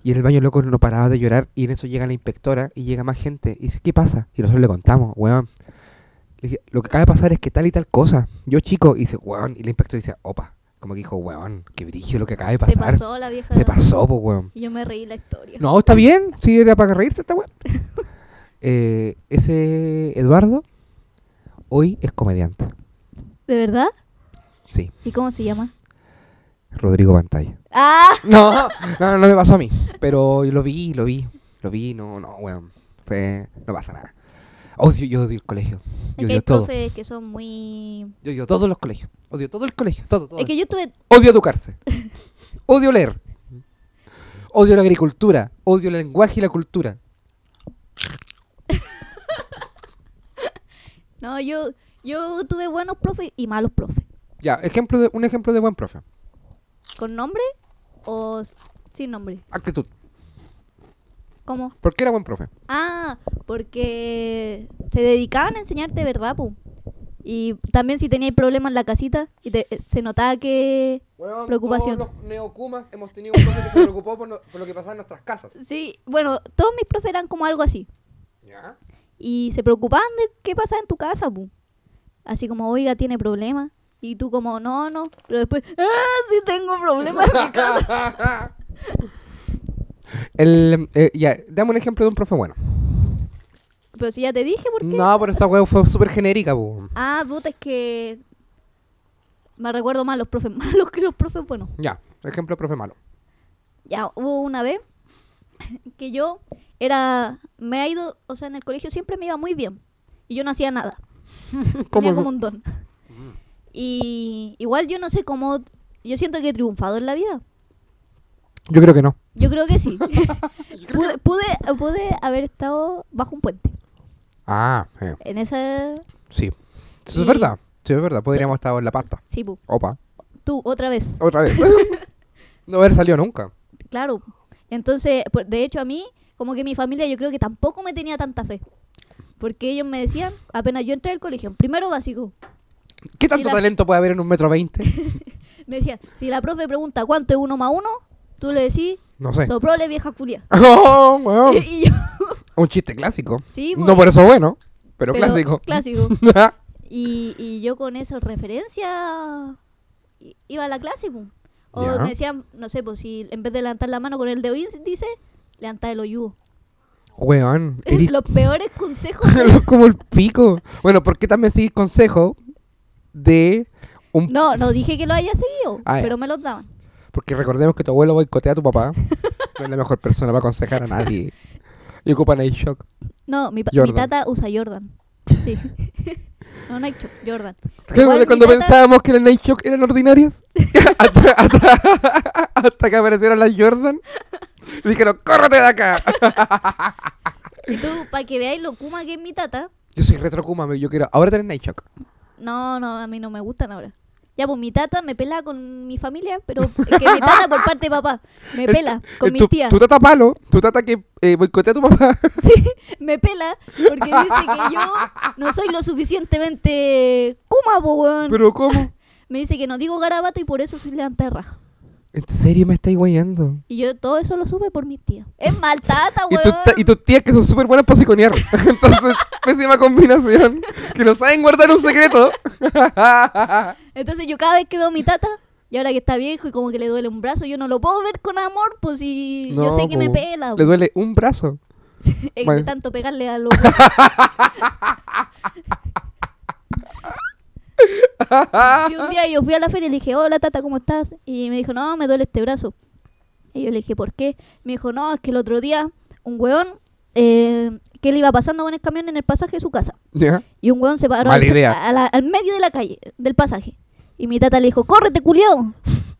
Speaker 2: Y en el baño el loco no paraba de llorar. Y en eso llega la inspectora y llega más gente. Y dice, ¿qué pasa? Y nosotros le contamos, weón. Le dije, lo que acaba de pasar es que tal y tal cosa. Yo chico, y dice, weón. Y la inspectora dice, opa. Como que dijo, weón, qué brillo lo que acaba de pasar.
Speaker 3: Se pasó la vieja.
Speaker 2: Se pasó, pues, weón.
Speaker 3: Y yo me reí la historia.
Speaker 2: No, está bien. Sí, era para reírse esta weón. Eh, ese Eduardo hoy es comediante.
Speaker 3: ¿De verdad?
Speaker 2: Sí,
Speaker 3: ¿Y cómo se llama?
Speaker 2: Rodrigo Pantalla.
Speaker 3: ¡Ah!
Speaker 2: No, no, no me pasó a mí. Pero lo vi, lo vi, lo vi. No, no, weón. Fue- no pasa nada. Odio, yo odio el colegio.
Speaker 3: Es
Speaker 2: Yo
Speaker 3: que hay
Speaker 2: odio todo.
Speaker 3: profes que son muy...
Speaker 2: Yo odio todos los colegios. Odio todo el colegio. Todo, todo.
Speaker 3: Es que yo tuve...
Speaker 2: Odio educarse. Odio leer. Odio la agricultura. Odio el lenguaje y la cultura.
Speaker 3: No, yo, yo tuve buenos profes y malos profes.
Speaker 2: Ya, ejemplo de, un ejemplo de buen profe.
Speaker 3: ¿Con nombre o s- sin nombre?
Speaker 2: Actitud.
Speaker 3: ¿Cómo?
Speaker 2: ¿Por qué era buen profe?
Speaker 3: Ah, porque se dedicaban a enseñarte verdad, pu. Y también si tenías problemas en la casita, y te- eh, se notaba que... Preocupación.
Speaker 2: Todos los neocumas hemos tenido un profe que se preocupó por, no- por lo que pasaba en nuestras casas.
Speaker 3: Sí, bueno, todos mis profes eran como algo así.
Speaker 2: ¿Ya?
Speaker 3: Y se preocupaban de qué pasaba en tu casa, pu. Así como, oiga, tiene problemas. Y tú como, no, no. Pero después, ah, sí tengo problemas.
Speaker 2: El, eh, ya, dame un ejemplo de un profe bueno.
Speaker 3: pero si ya te dije, ¿por qué?
Speaker 2: No, pero esa wea fue súper genérica, po.
Speaker 3: Ah, puta, es que... Me recuerdo más los profes malos que los profes buenos.
Speaker 2: Ya, ejemplo de profe malo.
Speaker 3: Ya hubo una vez que yo era... Me ha ido... O sea, en el colegio siempre me iba muy bien. Y yo no hacía nada.
Speaker 2: ¿Cómo
Speaker 3: Tenía
Speaker 2: no?
Speaker 3: como un don. Y igual yo no sé cómo... Yo siento que he triunfado en la vida.
Speaker 2: Yo creo que no.
Speaker 3: Yo creo que sí. pude, pude, pude haber estado bajo un puente.
Speaker 2: Ah, eh,
Speaker 3: En esa...
Speaker 2: sí. Eso
Speaker 3: Y-
Speaker 2: es verdad. Sí, es verdad. Podríamos estar en la pasta.
Speaker 3: Sí, pu.
Speaker 2: Opa.
Speaker 3: tú, otra vez.
Speaker 2: Otra vez. no haber salido nunca.
Speaker 3: Claro. Entonces, por- de hecho, a mí, como que mi familia, yo creo que tampoco me tenía tanta fe. Porque ellos me decían, apenas yo entré al colegio, en primero básico,
Speaker 2: ¿Qué tanto
Speaker 3: la-
Speaker 2: talento puede haber en un metro veinte?
Speaker 3: me decían, si la profe pregunta cuánto es uno más uno, tú le decís,
Speaker 2: No sé.
Speaker 3: soprole vieja culia.
Speaker 2: Oh, weón.
Speaker 3: Y yo,
Speaker 2: Un chiste clásico.
Speaker 3: sí,
Speaker 2: No
Speaker 3: pues,
Speaker 2: por eso bueno, pero,
Speaker 3: pero
Speaker 2: clásico.
Speaker 3: Clásico. Y, y yo con esa referencia i- iba a la clase, pum. O
Speaker 2: Ya.
Speaker 3: me decían, no sé, pues si en vez de levantar la mano con el dedo índice, levantar el hoyugo.
Speaker 2: Weón, eres
Speaker 3: Los peores consejos.
Speaker 2: eres como el pico. Bueno, ¿por qué también seguís consejo de un...
Speaker 3: No, no dije que lo haya seguido,
Speaker 2: Ah, ya.
Speaker 3: pero me los daban.
Speaker 2: Porque recordemos que tu abuelo boicotea a tu papá. No es la mejor persona para aconsejar a nadie. Y ocupan ahí shock.
Speaker 3: No, mi, pa- mi
Speaker 2: Jordan.
Speaker 3: tata usa Jordan. Sí. no, Nike Chuck, Jordan. Igual
Speaker 2: Claro,
Speaker 3: mi
Speaker 2: cuando
Speaker 3: tata-
Speaker 2: pensábamos que las Night Shock eran ordinarias. hasta, hasta- hasta que aparecieron las Jordan. Y dijeron, ¡córrete de acá!
Speaker 3: Y tú, para que veáis lo kuma que es mi tata.
Speaker 2: yo soy retro Kuma, yo quiero... Ahora tenés Night Shock.
Speaker 3: No, no, a mí no me gustan ahora. Ya, pues mi tata me pela con mi familia, pero es que mi tata por parte de papá me
Speaker 2: El-
Speaker 3: pela con
Speaker 2: Eh,
Speaker 3: mis
Speaker 2: tu,
Speaker 3: tías.
Speaker 2: Tu tata palo, tu tata que eh, boicotea a tu papá.
Speaker 3: Me pela porque dice que yo no soy lo suficientemente kuma, po, weón.
Speaker 2: Pero ¿cómo?
Speaker 3: Me dice que no digo garabato y por eso soy levantada de raja.
Speaker 2: ¿En serio me estáis guayando?
Speaker 3: Y yo todo eso lo supe por mis tías. Es mal tata,
Speaker 2: Y,
Speaker 3: Ah, weón.
Speaker 2: tus ta- y tus tías que son súper buenas para psiconear. Entonces, pésima combinación. Que no saben guardar un secreto.
Speaker 3: Entonces yo cada vez que veo a mi tata, y ahora que está viejo y como que le duele un brazo, yo no lo puedo ver con amor, pues si yo sé que me
Speaker 2: po.
Speaker 3: pela.
Speaker 2: Le duele un brazo.
Speaker 3: Es
Speaker 2: bueno.
Speaker 3: de tanto pegarle a los... y un día yo fui a la feria y le dije, hola tata, ¿cómo estás? Y me dijo, no, me duele este brazo. Y yo le dije, ¿por qué? Me dijo, no, es que el otro día un weón, eh, que le iba pasando con el camión en el pasaje de su casa.
Speaker 2: ¿Ya?
Speaker 3: Y un weón se paró
Speaker 2: Mala
Speaker 3: al,
Speaker 2: idea.
Speaker 3: a la- al medio de la calle, del pasaje. Y mi tata le dijo, ¡córrete, culiao!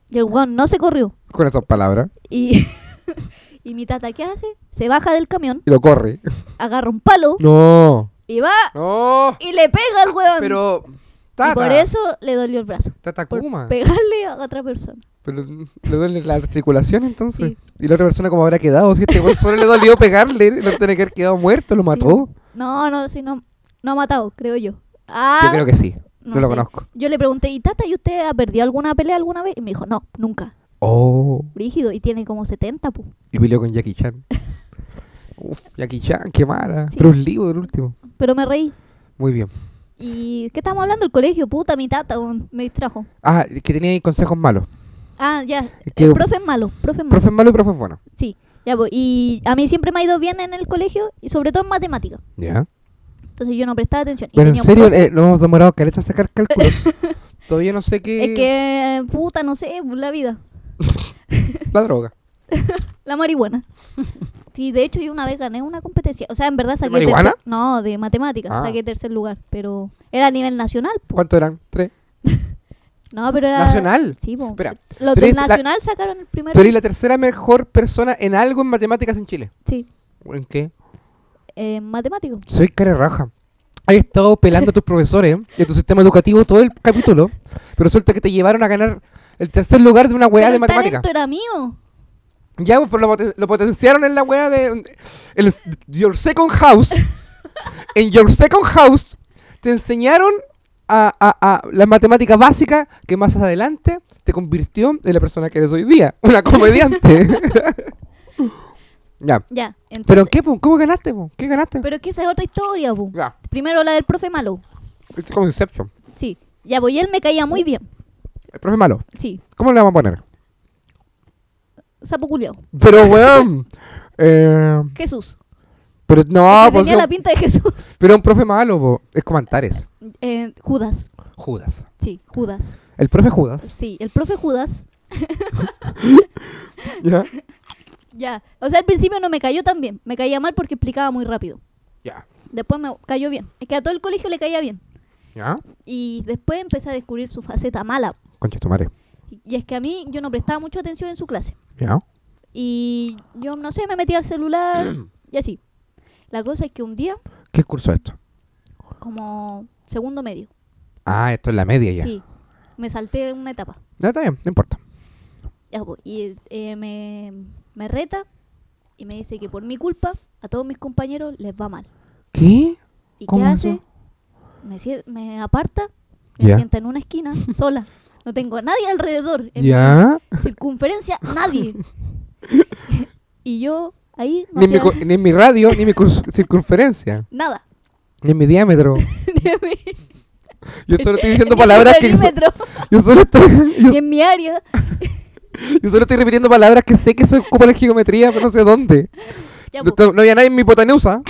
Speaker 3: Y el weón no se corrió.
Speaker 2: Con esas palabras.
Speaker 3: Y, y mi tata, ¿qué hace? Se baja del camión,
Speaker 2: Y lo corre.
Speaker 3: agarra un palo
Speaker 2: No.
Speaker 3: y va
Speaker 2: No.
Speaker 3: y le pega al weón.
Speaker 2: Pero.
Speaker 3: Y
Speaker 2: Tata.
Speaker 3: por eso le dolió el brazo.
Speaker 2: Tata
Speaker 3: Por
Speaker 2: Kuma.
Speaker 3: pegarle a otra persona.
Speaker 2: Pero le duele la articulación entonces.
Speaker 3: Sí.
Speaker 2: Y la otra persona, como habrá quedado? Si este weón solo le dolió pegarle, no tiene que haber quedado muerto, lo mató.
Speaker 3: No, no, sí, no, no ha matado, creo yo.
Speaker 2: Yo
Speaker 3: Ah,
Speaker 2: creo que sí. No, lo
Speaker 3: sé.
Speaker 2: conozco.
Speaker 3: Yo le pregunté, ¿y Tata, y usted ha perdido alguna pelea alguna vez? Y me dijo, no, nunca.
Speaker 2: Oh.
Speaker 3: Brígido, y tiene como 70, pu.
Speaker 2: Y peleó con Jackie Chan. Uf, Jackie Chan, qué mala.
Speaker 3: Sí.
Speaker 2: Bruce Lee, por último.
Speaker 3: Pero me reí.
Speaker 2: Muy bien.
Speaker 3: ¿Y qué estamos hablando? El colegio, puta, mi tata, weón, me distrajo.
Speaker 2: Ah, que tenía ahí consejos malos.
Speaker 3: Ah, ya,
Speaker 2: Es que-
Speaker 3: el profe es malo, profe es malo.
Speaker 2: Profe malo y profe bueno.
Speaker 3: Sí, ya, pues, y a mí siempre me ha ido bien en el colegio, y sobre todo en matemática.
Speaker 2: Ya.
Speaker 3: Entonces yo no prestaba atención. Y
Speaker 2: Pero en
Speaker 3: tenía un
Speaker 2: serio,
Speaker 3: profe-
Speaker 2: eh, nos hemos demorado caleta a sacar cálculos. Todavía no sé qué.
Speaker 3: es que, puta, no sé, pues, la vida.
Speaker 2: La droga.
Speaker 3: La marihuana. Sí, de hecho yo una vez gané una competencia. O sea, en verdad saqué...
Speaker 2: marihuana?
Speaker 3: tercer- no, de matemáticas.
Speaker 2: Ah.
Speaker 3: Saqué tercer lugar, pero era a nivel nacional. po.
Speaker 2: ¿Cuánto eran? ¿Tres?
Speaker 3: No, pero era...
Speaker 2: ¿Nacional?
Speaker 3: Sí, po.
Speaker 2: Espera,
Speaker 3: Los
Speaker 2: tú
Speaker 3: del
Speaker 2: eres la-
Speaker 3: nacional sacaron el primero.
Speaker 2: Tú eres la tercera mejor persona en algo en matemáticas en Chile.
Speaker 3: Sí,
Speaker 2: ¿En qué?
Speaker 3: eh, matemático.
Speaker 2: Soy cara de raja. Has estado pelando a tus profesores ¿eh? y a tu sistema educativo todo el capítulo, pero resulta que te llevaron a ganar el tercer lugar de una weá
Speaker 3: Pero
Speaker 2: de
Speaker 3: el
Speaker 2: matemáticas.
Speaker 3: talento era mío.
Speaker 2: Ya, pues lo, poten- lo potenciaron en la wea de. en el- your Second House. en Your Second House te enseñaron a, a- a la matemática básica que más adelante te convirtió en la persona que eres hoy día. Una comediante. ya.
Speaker 3: Ya, entonces...
Speaker 2: ¿Pero qué, po? ¿Cómo ganaste, po? ¿Qué ganaste?
Speaker 3: Pues Pero es que esa es otra historia, po.
Speaker 2: Ya.
Speaker 3: Primero la del profe malo.
Speaker 2: Es como Inception.
Speaker 3: Sí. Ya, pues y él me caía muy bien.
Speaker 2: El profe malo.
Speaker 3: Sí.
Speaker 2: ¿Cómo le vamos a poner?
Speaker 3: Sapo culiao.
Speaker 2: Pero, weón. eh,
Speaker 3: Jesús.
Speaker 2: pero no,
Speaker 3: Que
Speaker 2: pues,
Speaker 3: tenía
Speaker 2: no,
Speaker 3: la pinta de Jesús.
Speaker 2: pero un profe malo, po. Es como Antares.
Speaker 3: Eh, Judas.
Speaker 2: Judas.
Speaker 3: Sí, Judas.
Speaker 2: El profe Judas.
Speaker 3: Sí, el profe Judas.
Speaker 2: Ya.
Speaker 3: Ya. O sea, al principio no me cayó tan bien. Me caía mal porque explicaba muy rápido.
Speaker 2: Ya.
Speaker 3: Después me cayó bien. Es que a todo el colegio le caía bien.
Speaker 2: ¿Ya?
Speaker 3: Y después empecé a descubrir su faceta mala.
Speaker 2: Concha tu madre.
Speaker 3: Y es que a mí yo no prestaba mucha atención en su clase.
Speaker 2: ¿Ya?
Speaker 3: Y yo, no sé, me metía al celular y así. La cosa es que un día,
Speaker 2: ¿Qué curso es esto?
Speaker 3: como segundo medio,
Speaker 2: Ah, esto es la media ya.
Speaker 3: sí, me salté una etapa.
Speaker 2: Ya está bien, no importa.
Speaker 3: Ya, po, y eh, me, me reta y me dice que por mi culpa a todos mis compañeros les va mal.
Speaker 2: ¿Qué?
Speaker 3: ¿Y qué
Speaker 2: ¿Cómo
Speaker 3: hace?
Speaker 2: eso?
Speaker 3: Me, sie- me aparta, me
Speaker 2: Ya.
Speaker 3: sienta en una esquina, sola. No tengo a nadie alrededor. En
Speaker 2: ¿Ya?
Speaker 3: mi circunferencia, nadie. y yo ahí no
Speaker 2: Ni en, mi,
Speaker 3: hacía
Speaker 2: cu- ni en mi radio, ni en mi curs- circunferencia,
Speaker 3: nada.
Speaker 2: ni en mi diámetro.
Speaker 3: Ni en mi-
Speaker 2: Yo solo estoy diciendo
Speaker 3: ni en mi
Speaker 2: palabras que... so-
Speaker 3: perímetro,
Speaker 2: Yo solo, estoy, yo,
Speaker 3: ni en mi área.
Speaker 2: yo solo estoy repitiendo palabras que sé que se ocupan en geometría, pero no sé dónde.
Speaker 3: Ya,
Speaker 2: No,
Speaker 3: po,
Speaker 2: no había nadie en mi hipotenusa.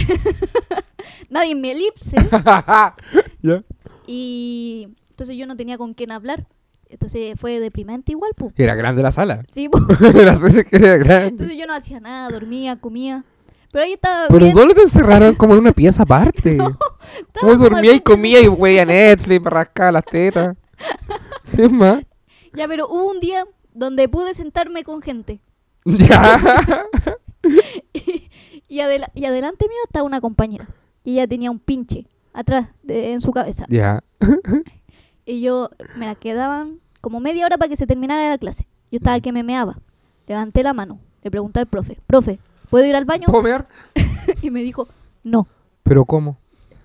Speaker 3: nadie en mi elipse.
Speaker 2: ¿Ya?
Speaker 3: y entonces yo no tenía con quién hablar. Entonces fue deprimente igual, pues.
Speaker 2: Era grande la sala.
Speaker 3: Sí, po.
Speaker 2: Era era grande.
Speaker 3: Entonces yo no hacía nada, dormía, comía. Pero ahí estaba
Speaker 2: Pero
Speaker 3: bien,
Speaker 2: todos te encerraron como en una pieza aparte.
Speaker 3: estaba
Speaker 2: Vos
Speaker 3: como
Speaker 2: dormía y
Speaker 3: al frente
Speaker 2: comía y veía Netflix, me rascaba las tetas. Es más.
Speaker 3: de- Ya, pero hubo un día donde pude sentarme con gente.
Speaker 2: Ya.
Speaker 3: Y, adela- y adelante mío estaba una compañera. Y ella tenía un pinche atrás de- en su cabeza.
Speaker 2: Ya.
Speaker 3: Y yo me la quedaban como media hora para que se terminara la clase. Yo estaba que me meaba. Levanté la mano. Le pregunté al profe, profe, ¿puedo ir al baño?
Speaker 2: ¿Puedo mear?
Speaker 3: y me dijo, no,
Speaker 2: ¿Pero cómo?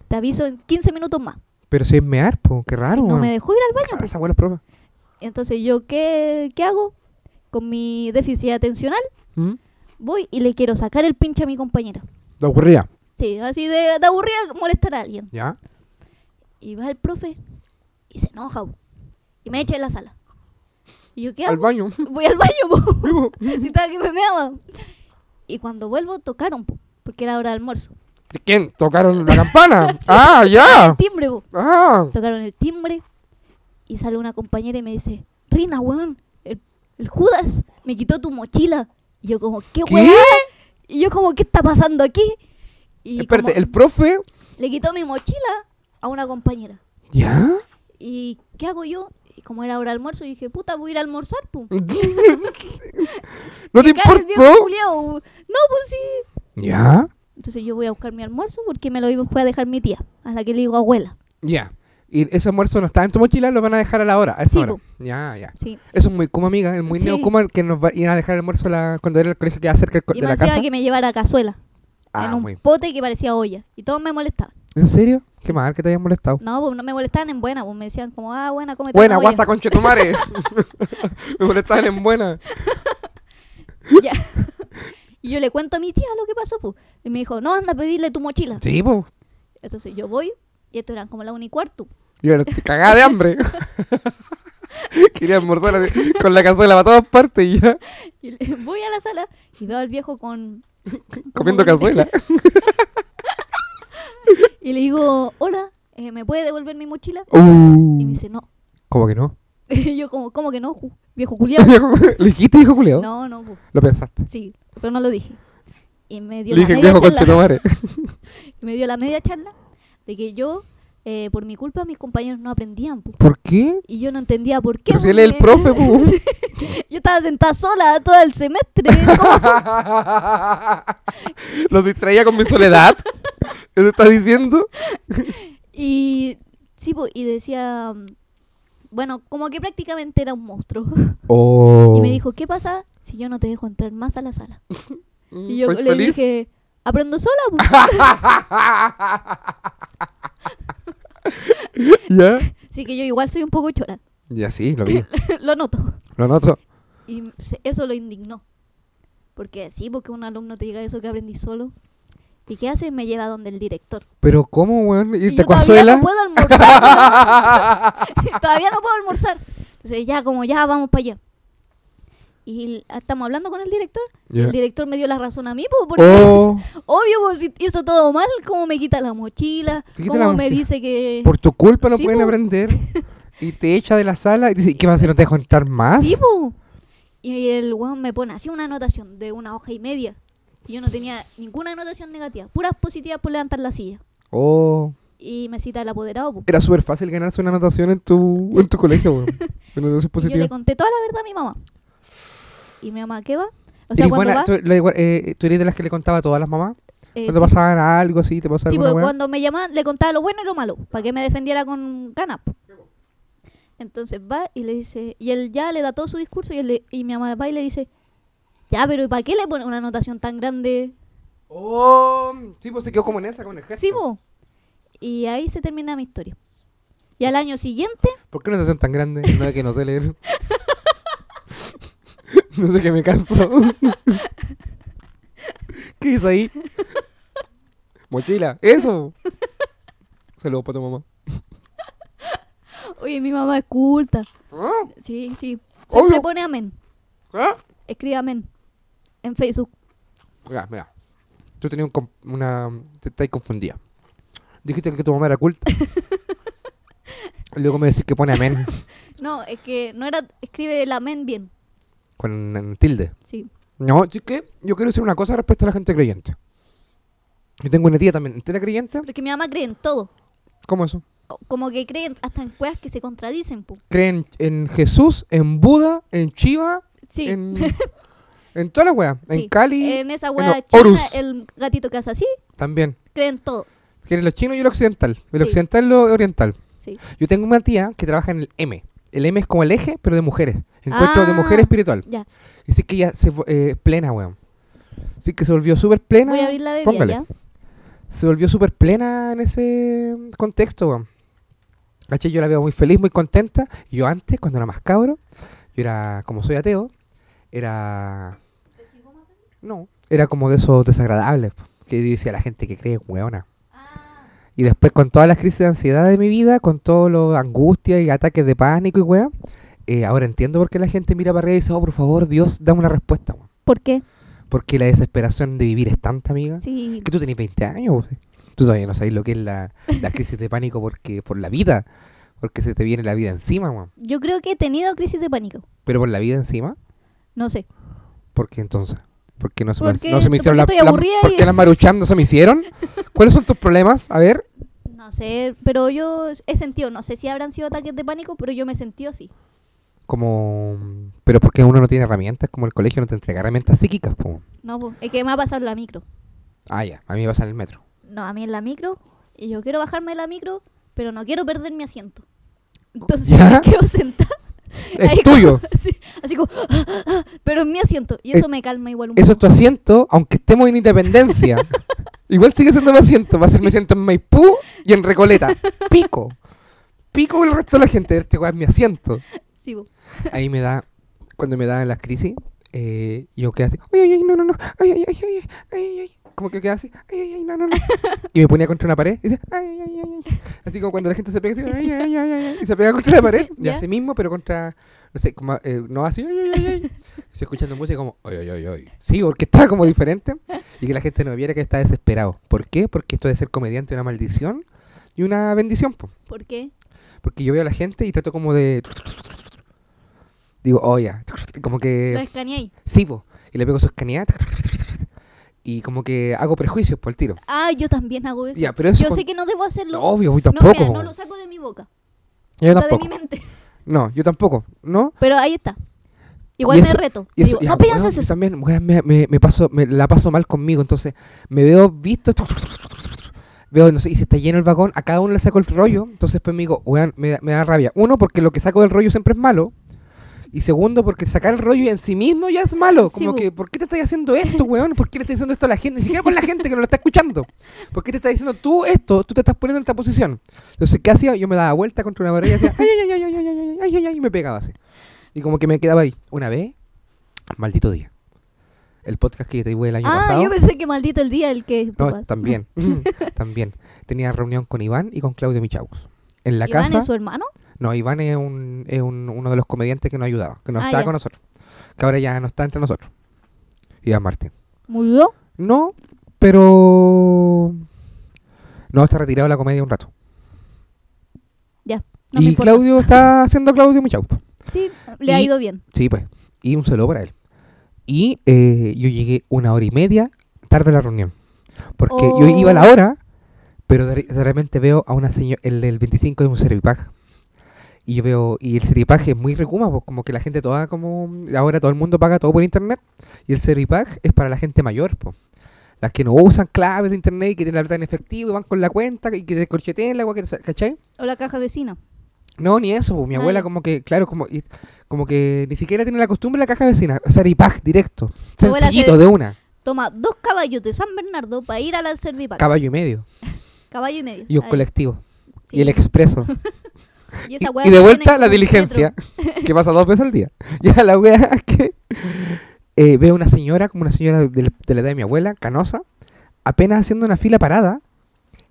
Speaker 3: te aviso en 15 minutos más.
Speaker 2: Pero si es mear, po. Qué raro,
Speaker 3: No
Speaker 2: weón.
Speaker 3: me dejó ir al baño.
Speaker 2: Ah, esa buena prueba.
Speaker 3: Entonces yo, ¿qué, qué hago? Con mi déficit atencional,
Speaker 2: ¿Mm?
Speaker 3: voy y le quiero sacar el pinche a mi compañera.
Speaker 2: La ocurría.
Speaker 3: Sí, así de, de aburrida molestar a alguien.
Speaker 2: Ya.
Speaker 3: Y va el profe y se enoja. po. Y me echa de la sala. Y yo, ¿qué
Speaker 2: Al
Speaker 3: hago?
Speaker 2: baño.
Speaker 3: Voy al baño, po.
Speaker 2: Vivo.
Speaker 3: si estaba que me meaba. Y cuando vuelvo tocaron, po, porque era hora de almuerzo.
Speaker 2: ¿De quién? ¿Tocaron la campana? ¡Ah, ya!
Speaker 3: El timbre, po.
Speaker 2: ¡Ah!
Speaker 3: Tocaron el timbre y sale una compañera y me dice, Rina, weón, el, el Judas me quitó tu mochila. Y yo como, ¿qué
Speaker 2: ¿Qué?
Speaker 3: weón? Y yo como, ¿qué está pasando aquí? Y
Speaker 2: Espérate,
Speaker 3: como
Speaker 2: el profe.
Speaker 3: le quitó mi mochila a una compañera.
Speaker 2: ¿Ya?
Speaker 3: ¿Y qué hago yo? y como era hora de almuerzo, dije, puta, voy a ir a almorzar, pum.
Speaker 2: ¿No te
Speaker 3: Y claro, el viejo
Speaker 2: importó?
Speaker 3: culiao, No, pues sí.
Speaker 2: ¿Ya?
Speaker 3: Entonces yo voy a buscar mi almuerzo porque me lo iba fue a dejar mi tía, a la que le digo abuela.
Speaker 2: Ya. Y ese almuerzo no está en tu mochila, lo van a dejar a la hora. A esa
Speaker 3: Sí,
Speaker 2: hora.
Speaker 3: po.
Speaker 2: Ya, ya.
Speaker 3: Sí.
Speaker 2: Eso es muy como amiga, es muy
Speaker 3: Sí.
Speaker 2: neocuma el que nos va, iban a dejar el almuerzo la- cuando era el colegio que cerca del co-
Speaker 3: Y
Speaker 2: de
Speaker 3: me
Speaker 2: la
Speaker 3: hacía
Speaker 2: casa.
Speaker 3: que me llevara cazuela
Speaker 2: Ah,
Speaker 3: en un
Speaker 2: muy-
Speaker 3: pote que parecía olla. Y todos me molestaban.
Speaker 2: ¿En serio? Qué mal que te hayan molestado.
Speaker 3: No, pues no me molestaban en buena, pues me decían como, ah, buena, cómete
Speaker 2: Buena,
Speaker 3: una olla".
Speaker 2: guasa, conchetumares. Me molestaban en buena.
Speaker 3: Ya. Y yo le cuento a mi tía lo que pasó, pues. Y me dijo, no, anda a pedirle tu mochila.
Speaker 2: Sí, po.
Speaker 3: Entonces yo voy, y esto eran como la una y cuarto.
Speaker 2: Yo era cagada de hambre. Quería almorzar así, con la cazuela para todas partes y ya,
Speaker 3: Y le- voy a la sala y veo al viejo con... como
Speaker 2: comiendo
Speaker 3: un-
Speaker 2: cazuela.
Speaker 3: Y le digo, hola, eh, ¿me puede devolver mi mochila? Y me
Speaker 2: Uh,
Speaker 3: dice, no.
Speaker 2: ¿Cómo que no?
Speaker 3: Y yo como, ¿cómo que no, ju- viejo culiao?
Speaker 2: ¿Le dijiste, hijo Julio?
Speaker 3: no, no, pues,
Speaker 2: Lo pensaste.
Speaker 3: sí, pero no lo dije. Y me dio,
Speaker 2: Le
Speaker 3: la
Speaker 2: dije,
Speaker 3: media
Speaker 2: viejo
Speaker 3: charla,
Speaker 2: conchetumare.
Speaker 3: y me dio la media charla de que yo, eh, por mi culpa, mis compañeros no aprendían, pues.
Speaker 2: ¿Por qué?
Speaker 3: Y yo no entendía por qué.
Speaker 2: Pero si
Speaker 3: pues,
Speaker 2: él es el
Speaker 3: me-
Speaker 2: profe, pues. po.
Speaker 3: Yo estaba sentada sola todo el semestre. ¿cómo?
Speaker 2: Los distraía con mi soledad. ¿Eso estás diciendo?
Speaker 3: y sí, po, y decía, mm, bueno, como que prácticamente era un monstruo.
Speaker 2: Oh.
Speaker 3: Y me dijo, ¿qué pasa si yo no te dejo entrar más a la sala?
Speaker 2: Mm,
Speaker 3: Y yo
Speaker 2: ¿soy
Speaker 3: le
Speaker 2: feliz?
Speaker 3: dije, aprendo sola. pues". po".
Speaker 2: ¿Ya?
Speaker 3: Así que yo igual soy un poco chora,
Speaker 2: Ya sí, lo vi.
Speaker 3: lo noto.
Speaker 2: Lo noto.
Speaker 3: Y m- se- eso lo indignó. Porque sí, porque un alumno te diga eso que aprendí solo. ¿Y qué hace? Me lleva donde el director.
Speaker 2: Pero ¿cómo, weón?
Speaker 3: Y
Speaker 2: ¿Irte
Speaker 3: yo
Speaker 2: a
Speaker 3: todavía
Speaker 2: Coazuela?
Speaker 3: no puedo almorzar. weón. todavía no puedo almorzar. Entonces ya, como ya, vamos para allá. Y l- ah, estamos hablando con el director. y
Speaker 2: Ya.
Speaker 3: el director me dio la razón a mí, po, porque
Speaker 2: Oh,
Speaker 3: obvio, po, si hizo todo mal, como me quita la mochila,
Speaker 2: Te quita la
Speaker 3: como me
Speaker 2: mochila.
Speaker 3: dice que...
Speaker 2: por tu culpa no
Speaker 3: Sí,
Speaker 2: pueden
Speaker 3: po.
Speaker 2: aprender. Y te echa de la sala y dice, ¿y ¿qué más si no te dejo entrar más?
Speaker 3: Sí, po. Y el weón me pone así una anotación de una hoja y media. Y yo no tenía ninguna anotación negativa, puras positivas por levantar la silla.
Speaker 2: Oh,
Speaker 3: Y me cita el apoderado, po.
Speaker 2: era súper fácil ganarse una anotación en tu, en tu colegio, weón. Una anotación
Speaker 3: Y yo
Speaker 2: positiva.
Speaker 3: le conté toda la verdad a mi mamá. Y mi mamá, ¿qué va? O sea,
Speaker 2: Eres buena-
Speaker 3: cuando va...
Speaker 2: tú, la igual- eh, ¿tú eres de las que le contaba a todas las mamás?
Speaker 3: eh,
Speaker 2: Cuando
Speaker 3: sí,
Speaker 2: pasaban algo así, te pasaba
Speaker 3: Sí,
Speaker 2: alguna
Speaker 3: porque
Speaker 2: weá.
Speaker 3: cuando me llamaban le contaba lo bueno y lo malo, para que me defendiera con ganas. po. Entonces va y le dice, y él ya le da todo su discurso y, él le- y mi mamá va y le dice, ya, pero ¿y para qué le pone una anotación tan grande?
Speaker 2: Oh, sí, pues se quedó como en esa con el gesto.
Speaker 3: Sí, po. Y ahí se termina mi historia. Y al año siguiente,
Speaker 2: ¿Por qué una anotación tan grande? Nada que no sé leer. no sé qué me canso. ¿Qué dice ahí? Mochila, eso. Saludos para tu mamá.
Speaker 3: oye, mi mamá es culta.
Speaker 2: ¿Ah?
Speaker 3: Sí, sí.
Speaker 2: Obvio.
Speaker 3: Siempre pone amén.
Speaker 2: ¿Ah?
Speaker 3: Escribe amén. En Facebook.
Speaker 2: Mira, mira. Tú tenías un com- una. Te estás confundida. Dijiste que tu mamá era culta. Y Luego me decís que pone amén
Speaker 3: No, es que no era, escribe el amén bien.
Speaker 2: con en tilde.
Speaker 3: Sí.
Speaker 2: No, sí que yo quiero decir una cosa respecto a la gente creyente. Yo tengo una tía también, ¿entera creyente?
Speaker 3: Porque mi mamá cree en todo.
Speaker 2: ¿Cómo eso?
Speaker 3: O- Como que creen hasta en cosas que se contradicen. po.
Speaker 2: Creen en Jesús, en Buda, en Chiva,
Speaker 3: Sí.
Speaker 2: en, en toda la wea. En
Speaker 3: Sí. Eh,
Speaker 2: Cali
Speaker 3: En esa
Speaker 2: en
Speaker 3: weá
Speaker 2: los
Speaker 3: china,
Speaker 2: Horus.
Speaker 3: el gatito que hace así,
Speaker 2: también.
Speaker 3: creen todo.
Speaker 2: Quieren lo chino y lo occidental. El
Speaker 3: Sí.
Speaker 2: occidental y lo oriental.
Speaker 3: Sí.
Speaker 2: Yo tengo una tía que trabaja en el M. El M es como el eje, pero de mujeres. Encuentro de
Speaker 3: Ah.
Speaker 2: mujer espiritual.
Speaker 3: Ya.
Speaker 2: Y sí que ella se vo- eh, es plena, weón. Así que se volvió súper plena.
Speaker 3: Voy a abrir la bebida,
Speaker 2: Póngale.
Speaker 3: ¿ya?
Speaker 2: se volvió súper plena en ese contexto, weón. ¿Cachai? Yo la veo muy feliz, muy contenta. Yo antes, cuando era más cabro, yo era, como soy ateo, era... No, era como de esos desagradables, po, que dice a la gente que cree, weona. Y después con todas las crisis de ansiedad de mi vida, con todas las angustias y ataques de pánico y weón, ahora entiendo por qué la gente mira para arriba y dice, oh, por favor, Dios, dame una respuesta, weón.
Speaker 3: ¿Por qué?
Speaker 2: Porque la desesperación de vivir es tanta, amiga.
Speaker 3: Sí.
Speaker 2: Que tú tenés 20 años. pues. Tú todavía no sabes lo que es la, la crisis de pánico porque por la vida. Porque se te viene la vida encima, weón.
Speaker 3: Yo creo que he tenido crisis de pánico.
Speaker 2: Pero por la vida encima,
Speaker 3: No sé.
Speaker 2: ¿por qué entonces? ¿Por qué no se, me-
Speaker 3: Porque-
Speaker 2: no se me hicieron
Speaker 3: porque
Speaker 2: las...
Speaker 3: estoy aburrida
Speaker 2: ¿Por
Speaker 3: y-
Speaker 2: qué las maruchando se me hicieron? ¿Cuáles son tus problemas? A ver.
Speaker 3: No No sé, pero yo he sentido, no sé si habrán sido ataques de pánico, pero yo me he sentido así.
Speaker 2: Como... Pero porque uno no tiene herramientas, como el colegio no te entrega herramientas psíquicas, po.
Speaker 3: No, po, es que me ha pasado en la micro.
Speaker 2: Ah, ya, a mí me pasa en el metro.
Speaker 3: No, a mí en la micro, y yo quiero bajarme de la micro, pero no quiero perder mi asiento. Entonces
Speaker 2: ¿Ya?
Speaker 3: me quedo sentada.
Speaker 2: Es
Speaker 3: ahí
Speaker 2: tuyo.
Speaker 3: como- así, así como, ah, pero en mi asiento. Y eso
Speaker 2: Eh,
Speaker 3: me calma igual un
Speaker 2: Eso es tu
Speaker 3: poco.
Speaker 2: asiento, aunque estemos en Independencia. Igual sigue siendo mi asiento. Va a ser mi asiento en Maipú y en Recoleta. Pico. Pico con el resto de la gente. Este weón es mi asiento.
Speaker 3: Sí, po.
Speaker 2: Ahí me da, cuando me dan las crisis, eh, yo quedé así, ay, ay, ay, no, no, no, ay, ay, ay, ay, ay, ay, ay, como que quedaba así, ay, ay, ay, no, no, no. Y me ponía contra una pared y decía, ay, ay, ay, ay, ay. Así como cuando la gente se pega así, ay, ay, ay, ay, ay, y se pega contra la pared, y
Speaker 3: ¿Ya?
Speaker 2: así mismo, pero contra, no sé, como, eh, no así, ay, ay, ay, ay. Estoy escuchando música como, ay, ay, ay, ay. Sí, porque estaba como diferente y que la gente no viera que estaba desesperado. ¿Por qué? Porque esto de ser comediante es una maldición y una bendición, po.
Speaker 3: ¿Por qué?
Speaker 2: Porque yo veo a la gente y trato como de. Digo, oh ya. Como
Speaker 3: Lo
Speaker 2: que.
Speaker 3: escaneé ahí.
Speaker 2: Sí, po. Y le pego su escaneada. Y como que hago prejuicios por el tiro.
Speaker 3: Ah, yo también hago eso.
Speaker 2: Ya, pero eso
Speaker 3: yo
Speaker 2: con-
Speaker 3: sé que no debo hacerlo.
Speaker 2: Obvio, yo
Speaker 3: No, mira,
Speaker 2: tampoco.
Speaker 3: No,
Speaker 2: po.
Speaker 3: lo saco de mi boca.
Speaker 2: yo
Speaker 3: está de
Speaker 2: tampoco.
Speaker 3: mi mente.
Speaker 2: No, yo tampoco. No.
Speaker 3: Pero ahí está. Igual
Speaker 2: Y
Speaker 3: me
Speaker 2: eso-
Speaker 3: reto.
Speaker 2: Y eso,
Speaker 3: Digo,
Speaker 2: ya,
Speaker 3: no
Speaker 2: weón,
Speaker 3: pienses
Speaker 2: yo
Speaker 3: eso.
Speaker 2: También, weón, me, me- me paso, me la paso mal conmigo. Entonces, me veo visto. Veo, no sé, y si está lleno el vagón, a cada uno le saco el rollo. Entonces, pues me digo, weón, me, da- me da rabia. Uno, porque lo que saco del rollo siempre es malo. Y segundo, porque sacar el rollo en sí mismo ya es malo.
Speaker 3: Sí,
Speaker 2: Como
Speaker 3: bu.
Speaker 2: que, ¿por qué te estás haciendo esto, weón? ¿Por qué le estás diciendo esto a la gente? Ni siquiera con la gente que no lo está escuchando. ¿Por qué te estás diciendo tú esto? Tú te estás poniendo en esta posición. Entonces, ¿qué hacía? Yo me daba vuelta contra una pared y hacía, ay, ay, ay, ay, ay, ay, ay, ay, ay, ay, y me pegaba así. Y como que me quedaba ahí. Una vez, maldito día. El podcast que yo te digo el año
Speaker 3: Ah,
Speaker 2: pasado.
Speaker 3: yo pensé que maldito el día el que tú
Speaker 2: No,
Speaker 3: vas.
Speaker 2: también. también. Tenía reunión con Iván y con Claudio Michaus. En la
Speaker 3: Iván
Speaker 2: casa.
Speaker 3: es su hermano.
Speaker 2: No, Iván es, un, es un- uno de los comediantes que nos ayudaba, que no
Speaker 3: Ah,
Speaker 2: estaba
Speaker 3: ya.
Speaker 2: con nosotros, que ahora ya no está entre nosotros. Iván Martín.
Speaker 3: Murió.
Speaker 2: No, pero... No, está retirado de la comedia un rato.
Speaker 3: Ya. No me
Speaker 2: y
Speaker 3: importa.
Speaker 2: Claudio está haciendo Claudio Michaud.
Speaker 3: Sí, le ha
Speaker 2: y-
Speaker 3: ido bien.
Speaker 2: Sí, pues. Y un saludo para él. Y eh, yo llegué una hora y media tarde a la reunión. Porque yo iba a la hora, pero de, de repente veo a una señora, el, el 25 es un seripaj. Y yo veo, y el seripaj es muy recuma, pues como que la gente toda como, ahora todo el mundo paga todo por internet. Y el seripaj es para la gente mayor, pues. Las que no usan claves de internet y que tienen la plata en efectivo y van con la cuenta y que te corcheteen la agua, ¿cachai?
Speaker 3: O la caja vecina.
Speaker 2: No, ni eso, pues, mi
Speaker 3: Ah,
Speaker 2: abuela
Speaker 3: ya.
Speaker 2: como que, claro, como, y- como que ni siquiera tiene la costumbre la caja vecina, hacer IPAC directo,
Speaker 3: Tu abuela
Speaker 2: sencillito
Speaker 3: te-
Speaker 2: de una,
Speaker 3: Toma dos caballos de San Bernardo para ir a la Servipac.
Speaker 2: caballo y medio,
Speaker 3: Caballo y medio.
Speaker 2: y un
Speaker 3: Ahí.
Speaker 2: colectivo,
Speaker 3: Ah, Sí.
Speaker 2: y el expreso,
Speaker 3: Y
Speaker 2: y,
Speaker 3: esa weá
Speaker 2: y de
Speaker 3: que
Speaker 2: vuelta
Speaker 3: tiene
Speaker 2: la
Speaker 3: como un
Speaker 2: diligencia,
Speaker 3: metro.
Speaker 2: que pasa dos veces al día. Ya la wea que eh, veo una señora, como una señora de, la- de la edad de mi abuela, canosa, apenas haciendo una fila parada,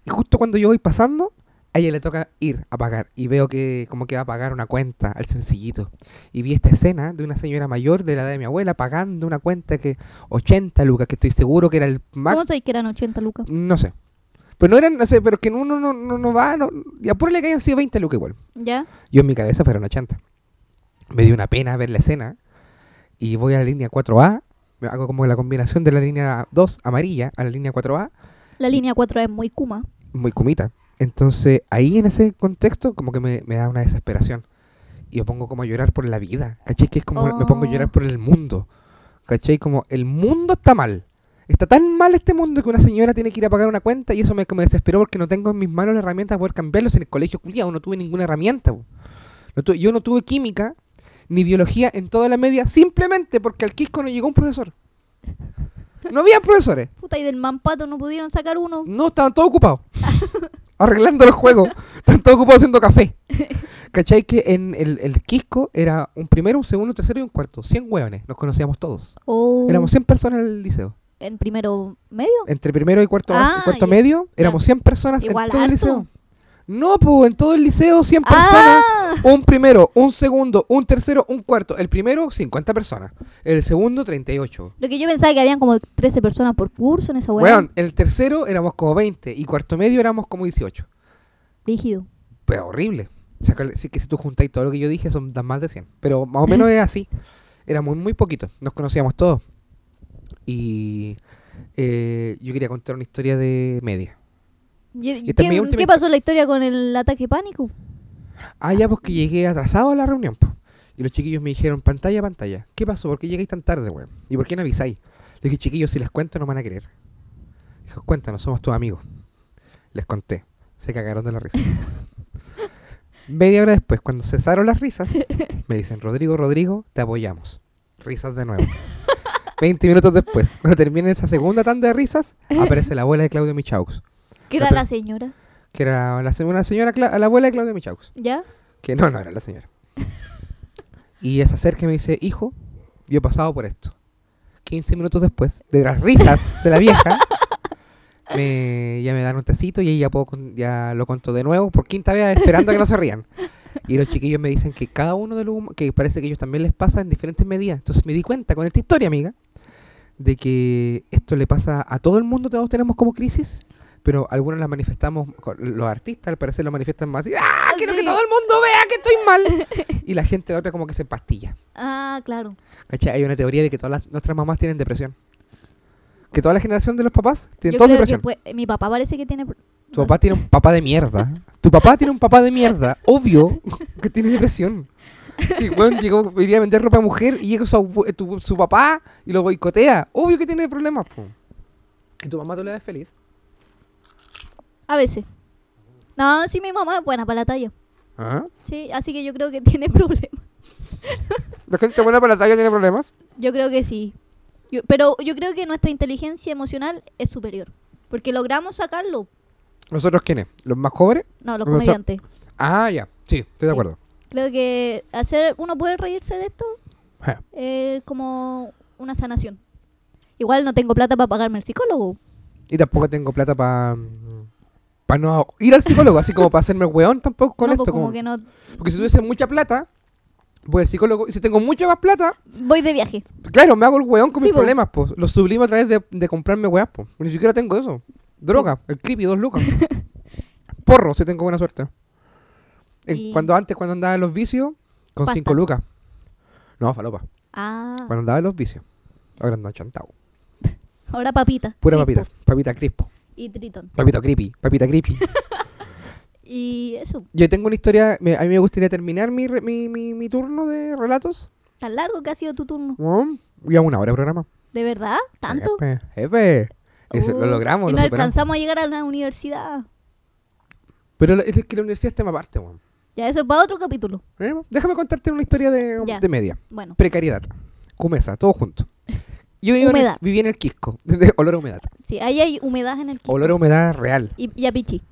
Speaker 2: y justo cuando yo voy pasando, a ella le toca ir a pagar, y veo que como que va a pagar una cuenta al sencillito. Y vi esta escena de una señora mayor de la edad de mi abuela pagando una cuenta que 80 lucas, que estoy seguro que era el máximo.
Speaker 3: ¿Cómo sabéis que eran 80 lucas?
Speaker 2: No sé. Pero no eran, no sé, pero que uno no, no, no va, no, y apúrale que hayan sido 20 lucas igual.
Speaker 3: ¿Ya?
Speaker 2: Yo en mi cabeza fueron 80. Me dio una pena ver la escena. Y voy a la línea 4A. me Hago como la combinación de la línea 2 amarilla a la línea 4A.
Speaker 3: La línea 4 es muy Kuma.
Speaker 2: Muy cumita. Entonces ahí en ese contexto como que me, me da una desesperación. Y yo pongo como a llorar por la vida. ¿Cachai? Que es como me pongo a llorar
Speaker 3: Oh.
Speaker 2: por el mundo. ¿Cachai? Como el mundo está mal. Está tan mal este mundo que una señora tiene que ir a pagar una cuenta y eso me, que me desesperó porque no tengo en mis manos la herramienta para poder cambiarlos en el colegio culiao. No tuve ninguna herramienta. po. No tu- yo no tuve química ni biología en toda la media simplemente porque al Quisco no llegó un profesor. No había profesores.
Speaker 3: Puta, y del mampato no pudieron sacar uno.
Speaker 2: No, estaban todos ocupados. Arreglando los juegos. Estaban todos ocupados haciendo café. ¿Cachai? Que en el, el Quisco era un primero, un segundo, un tercero y un cuarto. 100 hueones. Nos conocíamos todos.
Speaker 3: O
Speaker 2: Éramos 100 personas en el liceo.
Speaker 3: Oh, en primero medio.
Speaker 2: Entre primero y cuarto, bas-
Speaker 3: Ah,
Speaker 2: cuarto
Speaker 3: ya.
Speaker 2: medio, éramos 100 personas
Speaker 3: Igual
Speaker 2: en todo el
Speaker 3: harto.
Speaker 2: liceo. No, pues en todo el liceo 100 personas.
Speaker 3: ¡Ah!
Speaker 2: Un primero, un segundo, un tercero, un cuarto. El primero, 50 personas. El segundo, 38.
Speaker 3: Lo que yo pensaba que habían como 13 personas por curso en esa weá.
Speaker 2: Weón, el tercero éramos como 20 y cuarto medio éramos como 18.
Speaker 3: Rígido.
Speaker 2: Pero horrible. O sea, que, sí que si tú juntáis todo lo que yo dije, son dan más de 100. Pero más o menos es así. Era muy, muy poquito. Nos conocíamos todos. Y eh, yo quería contar una historia de media.
Speaker 3: ¿Y-
Speaker 2: Y esta es mi
Speaker 3: ¿Qué,
Speaker 2: última
Speaker 3: qué pasó en la historia con el ataque pánico?
Speaker 2: Ah, ya, porque llegué atrasado a la reunión, po. Y los chiquillos me dijeron, pantalla, pantalla. ¿Qué pasó? ¿Por qué llegáis tan tarde, weón? ¿Y por qué no avisáis? Le dije, chiquillos, si les cuento no me van a creer. Dijo, cuéntanos, somos tus amigos. Les conté. Se cagaron de la risa. Media hora después, cuando cesaron las risas, me dicen, Rodrigo, Rodrigo, te apoyamos. Risas de nuevo. 20 minutos después, cuando termina esa segunda tanda de risas, aparece la abuela de Claudio Michaux,
Speaker 3: Que era
Speaker 2: Espera.
Speaker 3: la señora.
Speaker 2: que era la, se- una señora, Cla- la abuela de Claudio Michaux.
Speaker 3: ¿Ya?
Speaker 2: Que no, no era la señora. Y ella se acerca y me dice, hijo, yo he pasado por esto. 15 minutos después, de las risas de la vieja, me, ya me dan un tecito y ahí ya, puedo, con- ya lo conto de nuevo por quinta vez esperando a que no se rían. Y los chiquillos me dicen que cada uno de los hum- que parece que ellos también les pasa en diferentes medidas. Entonces me di cuenta con esta historia, amiga, de que esto le pasa a todo el mundo, todos tenemos como crisis, pero algunos las manifestamos, con- los artistas al parecer lo manifiestan más así, ¡ah! Quiero que
Speaker 3: Sí.
Speaker 2: todo el mundo vea que estoy mal. Y la gente, la otra como que se pastilla.
Speaker 3: Ah, claro.
Speaker 2: ¿Cachai? Hay una teoría de que todas las- nuestras mamás tienen depresión. Que toda la generación de los papás tienen
Speaker 3: Yo
Speaker 2: todos
Speaker 3: creo que
Speaker 2: depresión.
Speaker 3: fue- mi papá parece que tiene...
Speaker 2: Tu papá tiene un papá de mierda. Tu papá tiene un papá de mierda. Obvio que tiene depresión. Si weón llegó, iría a vender ropa de mujer y llega su, abue- eh, tu- su papá y lo boicotea. Obvio que tiene problemas, po. Y tu mamá tú le das feliz.
Speaker 3: A veces. No, sí, mi mamá es buena para la talla.
Speaker 2: ¿Ah?
Speaker 3: Sí, así que yo creo que tiene problemas.
Speaker 2: La gente buena para la talla tiene problemas.
Speaker 3: Yo creo que sí. Yo- pero yo creo que nuestra inteligencia emocional es superior. Porque logramos sacarlo.
Speaker 2: ¿Nosotros quiénes? ¿Los más pobres?
Speaker 3: No, los
Speaker 2: Lo sa-
Speaker 3: comediantes.
Speaker 2: Ah, ya. Sí, estoy de acuerdo.
Speaker 3: Creo que hacer uno puede reírse de esto
Speaker 2: Ja.
Speaker 3: eh, como una sanación. Igual no tengo plata para pagarme el psicólogo.
Speaker 2: Y tampoco tengo plata para para no ir al psicólogo, así como para hacerme el weón tampoco con
Speaker 3: No,
Speaker 2: esto.
Speaker 3: pues como
Speaker 2: como-
Speaker 3: que no
Speaker 2: Porque si tuviese mucha plata, voy al psicólogo. Y si tengo mucha más plata,
Speaker 3: voy de viaje.
Speaker 2: Claro, me hago el weón con
Speaker 3: Sí,
Speaker 2: mis
Speaker 3: po.
Speaker 2: problemas, pues. Los sublimo a través de, de comprarme weas, pues. Ni siquiera tengo eso. Droga, el creepy, dos lucas. Porro, si tengo buena suerte. En-
Speaker 3: Y-
Speaker 2: Cuando antes, cuando andaba en los vicios, con
Speaker 3: Pasta.
Speaker 2: cinco lucas. No, falopa.
Speaker 3: Ah,
Speaker 2: Cuando andaba en los vicios. Ahora ando chantado.
Speaker 3: ahora papita.
Speaker 2: Pura
Speaker 3: crispo
Speaker 2: papita. Papita crispo.
Speaker 3: Y tritón.
Speaker 2: Papito creepy. Papita creepy.
Speaker 3: Y eso,
Speaker 2: Yo tengo una historia. me- a mí me gustaría terminar mi, re- mi, mi, mi turno de relatos.
Speaker 3: tan largo que ha sido tu turno.
Speaker 2: Weón, Y a una hora de programa.
Speaker 3: ¿De verdad? ¿Tanto?
Speaker 2: Jefe. jefe. Eso, pues, lo
Speaker 3: Uh,
Speaker 2: logramos.
Speaker 3: Y
Speaker 2: lo
Speaker 3: no
Speaker 2: superamos.
Speaker 3: alcanzamos a llegar a la universidad.
Speaker 2: Pero la- es que la universidad es tema aparte, weón.
Speaker 3: Ya, eso es para otro capítulo.
Speaker 2: Eh, Déjame contarte una historia de, um,
Speaker 3: Ya.
Speaker 2: de media.
Speaker 3: Bueno,
Speaker 2: Precariedad. Cumeza, todo junto. Yo vivo en el-
Speaker 3: Humedad.
Speaker 2: viví en el Quisco. de olor a humedad.
Speaker 3: sí, ahí hay humedad en el quinto.
Speaker 2: Olor a humedad real.
Speaker 3: Y, y a pichi.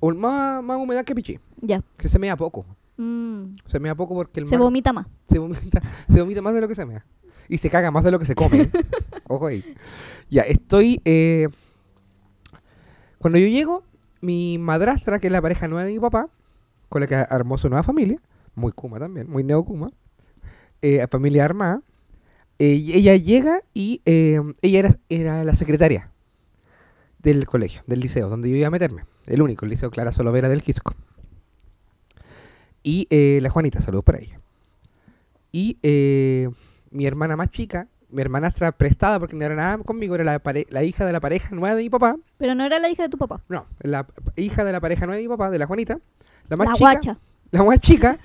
Speaker 2: O más, más humedad que pichí.
Speaker 3: Ya.
Speaker 2: Que se mea poco.
Speaker 3: Mm,
Speaker 2: Se mea poco porque el
Speaker 3: se
Speaker 2: mar
Speaker 3: vomita más.
Speaker 2: se vomita, se vomita más de lo que se mea. Y se caga más de lo que se come. Ojo ahí. Ya, estoy... eh, cuando yo llego, mi madrastra, que es la pareja nueva de mi papá, con la que armó su nueva familia, muy Kuma también, muy neocuma, eh, familia armada, eh, y ella llega y eh, ella era, era la secretaria del colegio, del liceo, donde yo iba a meterme. El único, el liceo Clara Solovera del Quisco. Y eh, la Juanita, saludos para ella. Y eh, mi hermana más chica, mi hermanastra prestada, porque no era nada conmigo, era la, pare- la hija de la pareja nueva de mi papá.
Speaker 3: Pero no era la hija de tu papá.
Speaker 2: No, la p- hija de la pareja nueva de mi papá, de la Juanita. La más
Speaker 3: la
Speaker 2: chica.
Speaker 3: guacha.
Speaker 2: La más chica.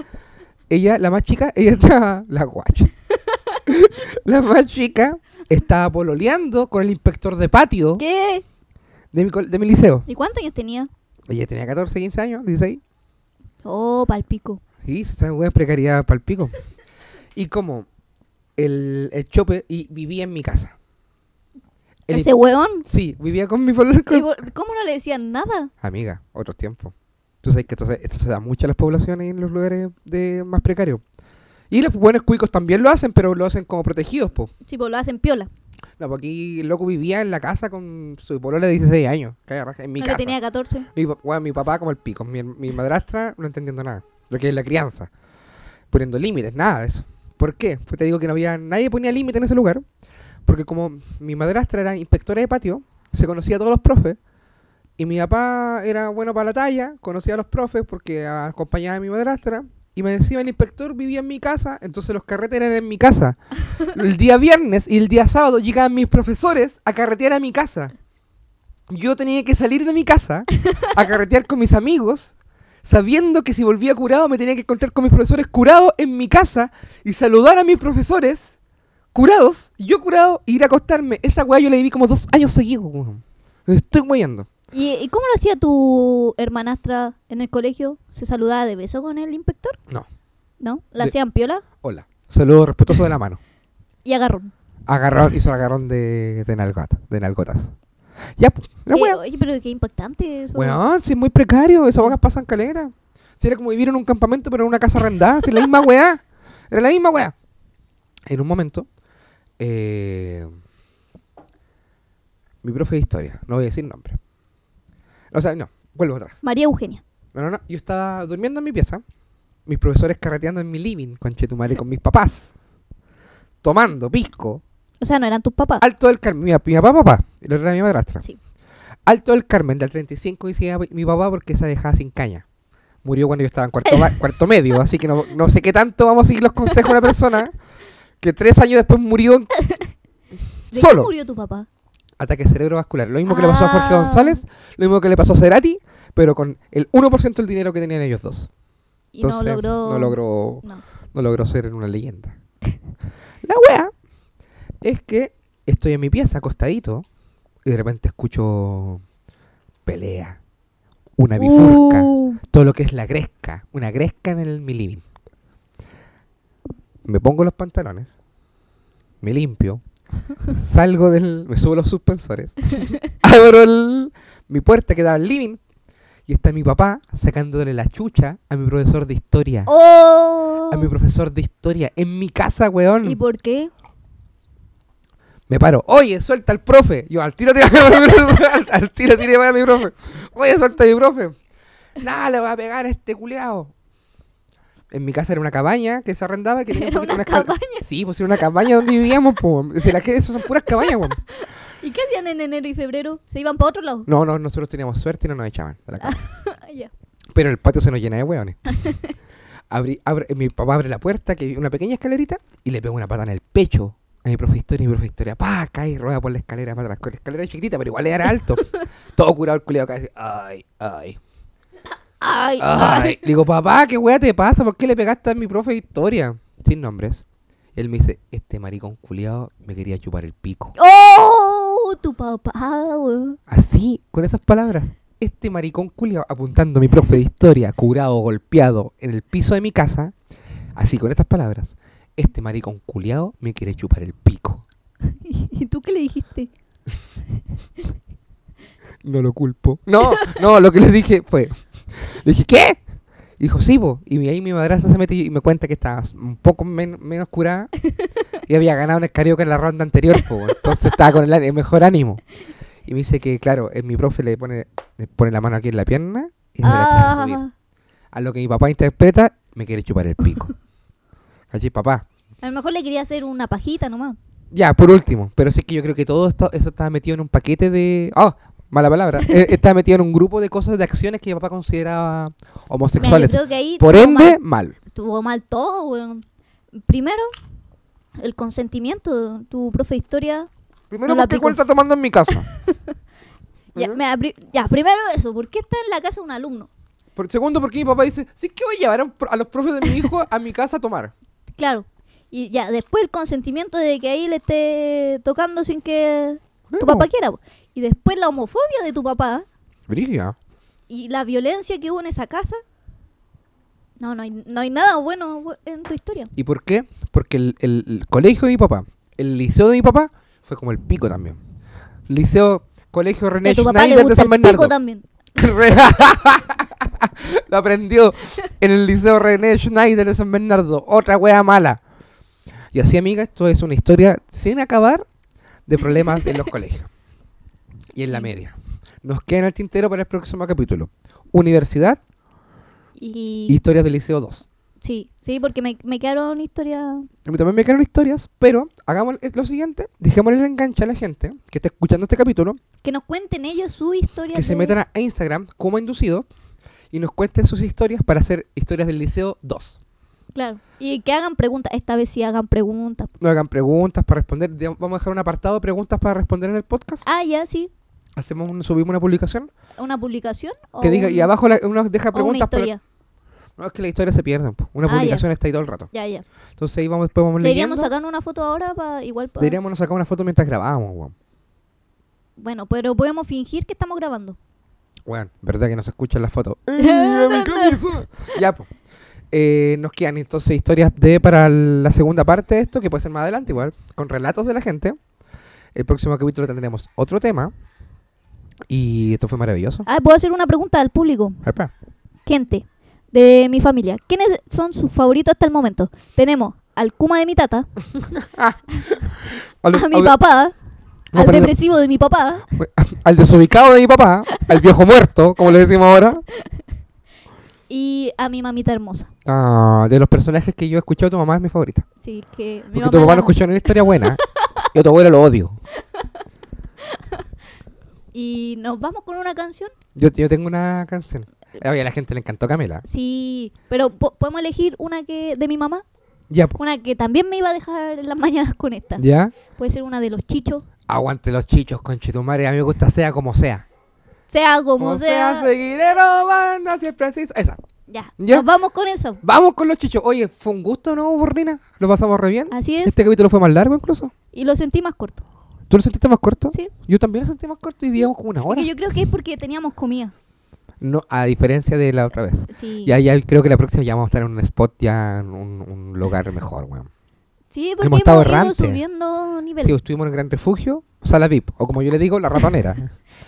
Speaker 2: ella, la más chica, ella estaba. La guacha. la más chica estaba pololeando con el inspector de patio
Speaker 3: ¿Qué?
Speaker 2: de mi, col- de mi liceo.
Speaker 3: ¿Y cuántos años tenía?
Speaker 2: Ella tenía 14, 15 años, 16.
Speaker 3: Oh, palpico.
Speaker 2: Y esa weá es precariedad para el pico. Y como el, el chope y vivía en mi casa. El
Speaker 3: Ese
Speaker 2: in-
Speaker 3: hueón.
Speaker 2: sí, vivía con mi pololo-
Speaker 3: ¿Y
Speaker 2: con-
Speaker 3: por- ¿Cómo no le decían nada?
Speaker 2: Amiga, otros tiempos. Tú sabes que esto se, esto se da mucho a las poblaciones en los lugares de más precarios. Y los buenos cuicos también lo hacen, pero lo hacen como protegidos, po.
Speaker 3: Sí, pues lo hacen piola.
Speaker 2: No, porque aquí el loco vivía en la casa con su polola de 16 años. Calla raja, En mi
Speaker 3: no
Speaker 2: casa.
Speaker 3: que tenía 14.
Speaker 2: Mi, pa- weón, mi papá como el pico, mi, her- mi madrastra no entendiendo nada. Lo que es la crianza. Poniendo límites, nada de eso. ¿Por qué? Pues te digo que no había, nadie ponía límite en ese lugar. Porque como mi madrastra era inspectora de patio, se conocía a todos los profes. Y mi papá era bueno para la talla, conocía a los profes porque acompañaba a mi madrastra. Y me decía, el inspector vivía en mi casa, entonces los carretes eran en mi casa. El día viernes y el día sábado llegaban mis profesores a carretear a mi casa. yo tenía que salir de mi casa a carretear con mis amigos, sabiendo que si volvía curado me tenía que encontrar con mis profesores curados en mi casa y saludar a mis profesores curados, yo curado, y ir a acostarme. Esa weá yo la viví como dos años seguidos, weón. Estoy moviendo.
Speaker 3: ¿Y, y cómo lo hacía tu hermanastra en el colegio? ¿Se saludaba de beso con el inspector?
Speaker 2: No.
Speaker 3: ¿No? ¿La
Speaker 2: De-
Speaker 3: hacían piola?
Speaker 2: Hola. Saludo respetuoso de la mano.
Speaker 3: Y agarrón.
Speaker 2: Agarrón, hizo agarrón de, de, nalgata- de nalgotas. Ya, pues, la
Speaker 3: Eh,
Speaker 2: weá.
Speaker 3: oye, pero qué impactante eso.
Speaker 2: Weón, si es muy precario, esas vacas pasan calera. Si era como vivir en un campamento, pero en una casa arrendada, si es la misma weá. Era la misma weá. En un momento, eh, mi profe de historia, no voy a decir nombre. O sea, no, vuelvo atrás.
Speaker 3: María Eugenia.
Speaker 2: No, no, no, yo estaba durmiendo en mi pieza, mis profesores carreteando en mi living, con Chetumare, con mis papás, tomando pisco,
Speaker 3: O sea, no eran tus papás.
Speaker 2: Alto del Carmen, mi, mi papá, papá, y la otra era mi madrastra.
Speaker 3: Sí.
Speaker 2: Alto del Carmen, del 35, decía mi- mi papá porque se dejaba sin caña. Murió cuando yo estaba en cuarto, ba- cuarto medio, así que no, no sé qué tanto vamos a seguir los consejos de una persona que tres años después murió en-
Speaker 3: ¿De
Speaker 2: solo.
Speaker 3: qué murió tu papá?
Speaker 2: ataque cerebrovascular. Lo mismo que le pasó a Jorge
Speaker 3: Ah.
Speaker 2: González, lo mismo que le pasó a Cerati, pero con el 1% del dinero que tenían ellos dos.
Speaker 3: Y no logró...
Speaker 2: no logró
Speaker 3: No.
Speaker 2: no logró ser una leyenda. La wea es que estoy en mi pieza acostadito y de repente escucho pelea, una bifurca,
Speaker 3: Uh,
Speaker 2: todo lo que es la gresca, una gresca en el, mi living. Me pongo los pantalones, me limpio, salgo del. me subo los suspensores, abro el- mi puerta que daba al living y está mi papá sacándole la chucha a mi profesor de historia
Speaker 3: ¡Oh!
Speaker 2: a mi profesor de historia en mi casa,
Speaker 3: ¿Y
Speaker 2: weón.
Speaker 3: por qué?
Speaker 2: Me paro, oye, suelta al profe. Yo al tiro tiré a mi profe. Al, al tiro tiré a mi profe. Oye, suelta a mi profe. Nada, le va a pegar a este culeado. En mi casa era una cabaña que se arrendaba. Que tenía un
Speaker 3: ¿Era
Speaker 2: poquito
Speaker 3: una
Speaker 2: escal-
Speaker 3: cabaña?
Speaker 2: Sí, pues era una cabaña donde vivíamos, pues. Si las que esas son puras cabañas, weón.
Speaker 3: ¿Y qué hacían en enero y febrero? ¿Se iban para otro lado?
Speaker 2: No, no, nosotros teníamos suerte y no nos echaban de la casa.
Speaker 3: Ah, ya.
Speaker 2: Pero el patio se nos llena de hueones. Abrí- abre- mi papá abre la puerta, que hay una pequeña escalerita, y le pego una pata en el pecho a mi profe de historia. Y mi profe de historia, pa, cae y rueda por la escalera para atrás. Con La escalera es chiquitita, pero igual era alto. Todo curado el culiado, casi. Ay, ay,
Speaker 3: Ay,
Speaker 2: ay. Le digo, papá, ¿qué hueá te pasa? ¿Por qué le pegaste a mi profe de historia? Sin nombres. Él me dice, este maricón culiado me quería chupar el pico.
Speaker 3: ¡Oh! Tu papá, weón.
Speaker 2: Así, con esas palabras, este maricón culiao apuntando a mi profe de historia, curado, golpeado, en el piso de mi casa, así con estas palabras, este maricón culiao me quiere chupar el pico.
Speaker 3: ¿Y tú qué le dijiste?
Speaker 2: No lo culpo. No, no, lo que le dije fue, le dije, ¿qué? Y Dijo, sí, po. Y ahí mi madrastra se mete y me cuenta que estaba un poco men- menos curada y había ganado un escarioca en la ronda anterior, po. Entonces estaba con el, á- el mejor ánimo. Y me dice que, claro, eh, mi profe le pone, le pone la mano aquí en la pierna y se la empieza a subir.
Speaker 3: Ah,
Speaker 2: A lo que mi papá interpreta, me quiere chupar el pico. Allí, papá.
Speaker 3: a lo mejor le quería hacer una pajita nomás.
Speaker 2: Ya, por último, pero sí que yo creo que todo esto, eso estaba metido en un paquete de. ¡Oh! Mala palabra. Eh, estaba metido en un grupo de cosas, de acciones que mi papá consideraba
Speaker 3: Mira, yo
Speaker 2: homosexuales.
Speaker 3: creo que ahí
Speaker 2: Por
Speaker 3: estuvo
Speaker 2: ende,
Speaker 3: mal-
Speaker 2: mal.
Speaker 3: estuvo mal todo, weón. Primero, el consentimiento. Tu profe de historia.
Speaker 2: Primero,
Speaker 3: No la
Speaker 2: porque
Speaker 3: aplicó.
Speaker 2: cuál está tomando en mi casa.
Speaker 3: Ya,
Speaker 2: Ujú.
Speaker 3: mira, pri- ya, primero eso. ¿Por qué está en la casa un alumno?
Speaker 2: Por segundo, porque mi papá dice: Sí, que voy a llevar a, un pro- a los profes de mi hijo a mi casa a tomar.
Speaker 3: Claro. Y ya, después el consentimiento de que ahí le esté tocando sin que tu
Speaker 2: Claro.
Speaker 3: papá quiera. po. Y después la homofobia de tu papá
Speaker 2: Brigia.
Speaker 3: y la violencia que hubo en esa casa. No, no hay, no hay nada bueno we- en tu historia.
Speaker 2: ¿Y por qué? Porque el, el- el colegio de mi papá, el liceo de mi papá, fue como el pico también. Liceo, colegio René
Speaker 3: a tu papá le
Speaker 2: Schneider de
Speaker 3: gusta
Speaker 2: San
Speaker 3: el pico
Speaker 2: Bernardo.
Speaker 3: también.
Speaker 2: Lo aprendió en el liceo René Schneider de San Bernardo. Otra wea mala. Y así, amiga, esto es una historia sin acabar de problemas en los colegios. Y en la media. Nos queda en el tintero para el próximo capítulo. Universidad,
Speaker 3: Y
Speaker 2: historias del liceo 2.
Speaker 3: sí, sí, porque me, me quedaron historias.
Speaker 2: A mí también me quedaron historias, pero hagamos eh, lo siguiente, dejémosle el enganche a la gente que está escuchando este capítulo,
Speaker 3: Que nos cuenten ellos su historia.
Speaker 2: que se
Speaker 3: de-
Speaker 2: metan a Instagram como inducido y nos cuenten sus historias para hacer historias del liceo 2.
Speaker 3: Claro. Y que hagan preguntas. Esta vez sí hagan preguntas.
Speaker 2: No hagan preguntas para responder, digamos, vamos a dejar un apartado de preguntas para responder en el podcast.
Speaker 3: Ah, ya, sí.
Speaker 2: hacemos un- subimos una publicación
Speaker 3: ¿Una publicación? o
Speaker 2: que diga,
Speaker 3: un-
Speaker 2: y abajo la- uno deja
Speaker 3: o una
Speaker 2: preguntas, pero
Speaker 3: historia?
Speaker 2: no es que la historia se pierdan. po. Una
Speaker 3: Ah, ya.
Speaker 2: publicación está ahí todo el rato.
Speaker 3: Ya, ya.
Speaker 2: Entonces ahí vamos, después vamos leyendo.
Speaker 3: Deberíamos sacar una foto ahora para igual pa-
Speaker 2: Deberíamos sacar una foto mientras grabábamos, weón.
Speaker 3: Bueno, pero podemos fingir que estamos grabando.
Speaker 2: Weón, verdad que no se escuchan las fotos. ¡Eh, me encanta eso! ya, pues. nos quedan entonces historias de para la segunda parte de esto, que puede ser más adelante igual, con relatos de la gente. El próximo capítulo tendremos otro tema. Y esto fue maravilloso.
Speaker 3: Ah, puedo hacer una pregunta al público.
Speaker 2: Epa.
Speaker 3: Gente de mi familia, ¿quiénes son sus favoritos hasta el momento? Tenemos al Kuma de mi tata,
Speaker 2: Al-
Speaker 3: Ah. a mi
Speaker 2: al-
Speaker 3: papá,
Speaker 2: No,
Speaker 3: al
Speaker 2: pero-
Speaker 3: depresivo de mi papá,
Speaker 2: al desubicado de mi papá, al viejo muerto, como le decimos ahora.
Speaker 3: y a mi mamita hermosa.
Speaker 2: Ah, de los personajes que yo he escuchado, tu mamá es mi favorita.
Speaker 3: Así que mi
Speaker 2: Porque tu
Speaker 3: la
Speaker 2: papá no
Speaker 3: amo.
Speaker 2: escuchó ni una historia buena. y a tu abuelo lo odio.
Speaker 3: Y nos vamos con una canción.
Speaker 2: Yo, yo tengo una canción. Oye, a la gente le encantó Camila.
Speaker 3: Sí, pero po- podemos elegir una que de mi mamá,
Speaker 2: Ya, po.
Speaker 3: una que también me iba a dejar en las mañanas con esta.
Speaker 2: ¿Ya?
Speaker 3: Puede ser una de los chichos,
Speaker 2: Aguante los chichos, conchetumare. A mí me gusta sea como sea.
Speaker 3: sea como sea.
Speaker 2: seguiré robando si es preciso. Esa.
Speaker 3: Ya,
Speaker 2: Ya.
Speaker 3: nos vamos con eso.
Speaker 2: Vamos con los chichos. Oye, fue un gusto, ¿no, Borrina? Lo pasamos re bien.
Speaker 3: Así es,
Speaker 2: Este capítulo fue más largo incluso.
Speaker 3: y lo sentí más corto.
Speaker 2: ¿Tú lo sentiste más corto?
Speaker 3: Sí.
Speaker 2: Yo también lo sentí más corto y digamos como una hora.
Speaker 3: Porque yo creo que es porque teníamos comida.
Speaker 2: No, a diferencia de la otra vez.
Speaker 3: Sí,
Speaker 2: Ya, ya creo que la próxima ya vamos a estar en un spot, ya en un, un lugar mejor, weón.
Speaker 3: sí
Speaker 2: hemos
Speaker 3: porque hemos,
Speaker 2: estado
Speaker 3: ido
Speaker 2: errantes.
Speaker 3: subiendo niveles.
Speaker 2: Sí, estuvimos en el Gran Refugio, Sala VIP, o como yo le digo, la ratonera.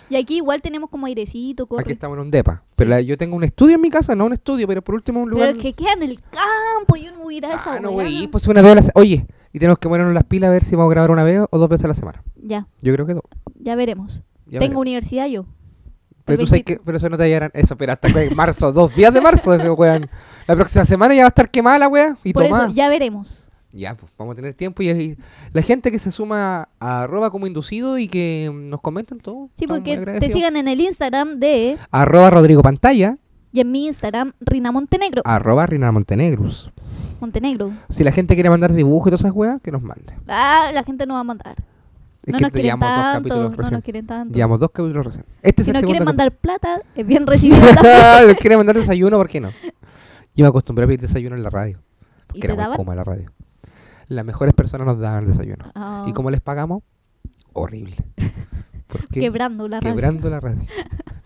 Speaker 3: Y aquí igual tenemos como airecito, corre.
Speaker 2: Aquí estamos en un depa. Pero la- yo tengo un estudio en mi casa, no un estudio, pero por último un
Speaker 3: Pero
Speaker 2: lugar...
Speaker 3: es que queda en el campo, yo no voy a ir a esa
Speaker 2: Ah, no,
Speaker 3: weá.
Speaker 2: güey, pues una vez a la se- Oye, y tenemos que ponernos las pilas a ver si vamos a grabar una vez o dos veces a la semana.
Speaker 3: Ya,
Speaker 2: Yo creo que dos.
Speaker 3: ya veremos.
Speaker 2: Ya
Speaker 3: Tengo
Speaker 2: veremos.
Speaker 3: universidad yo.
Speaker 2: Pero tú
Speaker 3: el
Speaker 2: sabes que... Pero eso no te hallarán... Eso, pero hasta que en marzo, dos días de marzo, weón. La próxima semana ya va a estar quemada la weá y
Speaker 3: Por
Speaker 2: tomada.
Speaker 3: eso, ya veremos.
Speaker 2: Ya, pues vamos a tener tiempo y, y la gente que se suma a arroba como inducido y que mm, nos comenten todo.
Speaker 3: Sí,
Speaker 2: estamos muy
Speaker 3: porque te
Speaker 2: agradecidos.
Speaker 3: sigan en el Instagram de...
Speaker 2: Arroba Rodrigo Pantalla,
Speaker 3: Y en mi Instagram, Rina Montenegro.
Speaker 2: arroba Rina Montenegrus.
Speaker 3: Montenegro.
Speaker 2: Si la gente quiere mandar dibujos y todas esas weas, que nos mande.
Speaker 3: Ah, la gente no va a mandar.
Speaker 2: Es
Speaker 3: no
Speaker 2: que
Speaker 3: nos quieren
Speaker 2: llevamos dos
Speaker 3: tanto.
Speaker 2: capítulos
Speaker 3: No
Speaker 2: recién.
Speaker 3: nos quieren tanto.
Speaker 2: Llevamos dos capítulos recién. Este es
Speaker 3: si
Speaker 2: el
Speaker 3: nos quieren
Speaker 2: segundo
Speaker 3: mandar plata, es bien
Speaker 2: capítulo.
Speaker 3: recibida también.
Speaker 2: Nos quieren mandar desayuno, ¿por qué no? Yo me acostumbré a pedir desayuno en la radio.
Speaker 3: ¿Y
Speaker 2: Porque
Speaker 3: te
Speaker 2: era muy
Speaker 3: daban?
Speaker 2: cómoda la radio. Las mejores personas nos daban el desayuno.
Speaker 3: Ah,
Speaker 2: ¿Y cómo les pagamos? Horrible. Porque
Speaker 3: Quebrando la radio.
Speaker 2: quebrando la radio.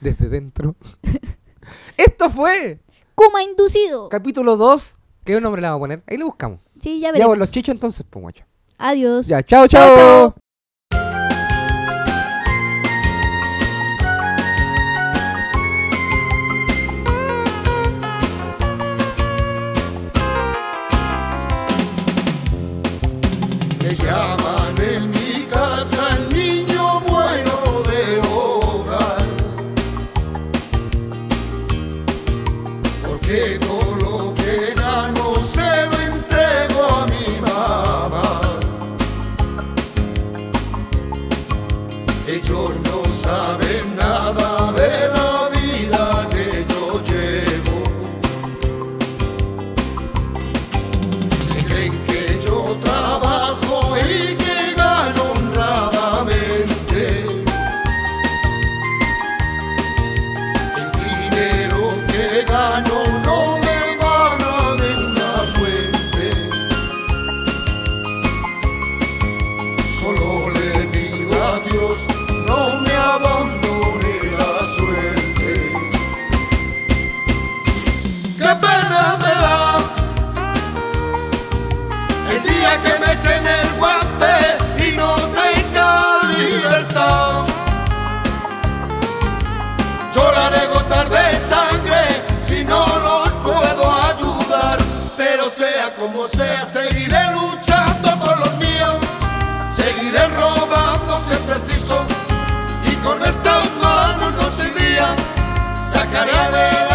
Speaker 2: Desde dentro. Esto fue
Speaker 3: Kuma inducido.
Speaker 2: capítulo 2. ¿Qué nombre le vamos a poner? Ahí le buscamos.
Speaker 3: Sí, ya
Speaker 2: Ya,
Speaker 3: veremos.
Speaker 2: pues, los chichos entonces, pues, guacho.
Speaker 3: Adiós.
Speaker 2: Ya, chao,
Speaker 3: Chao,
Speaker 2: chao.
Speaker 3: chao.
Speaker 4: Me llaman en mi casa el niño bueno de hogar. Porque todo lo que gano se lo entrego a mi mamá. Ellos no saben nada de la vida que yo llevo. Se creen que yo trabajo y que gano honradamente. El dinero que gano no me gana de una fuente. Solo le pido a Dios no me abandone la suerte. ¡Qué pena me da! El día que me echen el guante y no tenga libertad. Lloraré gotas de sangre si no los puedo ayudar. Pero sea como sea, seguiré luchando por los míos. Seguiré robando si es preciso. Y con estas manos noche y día sacaré adelante.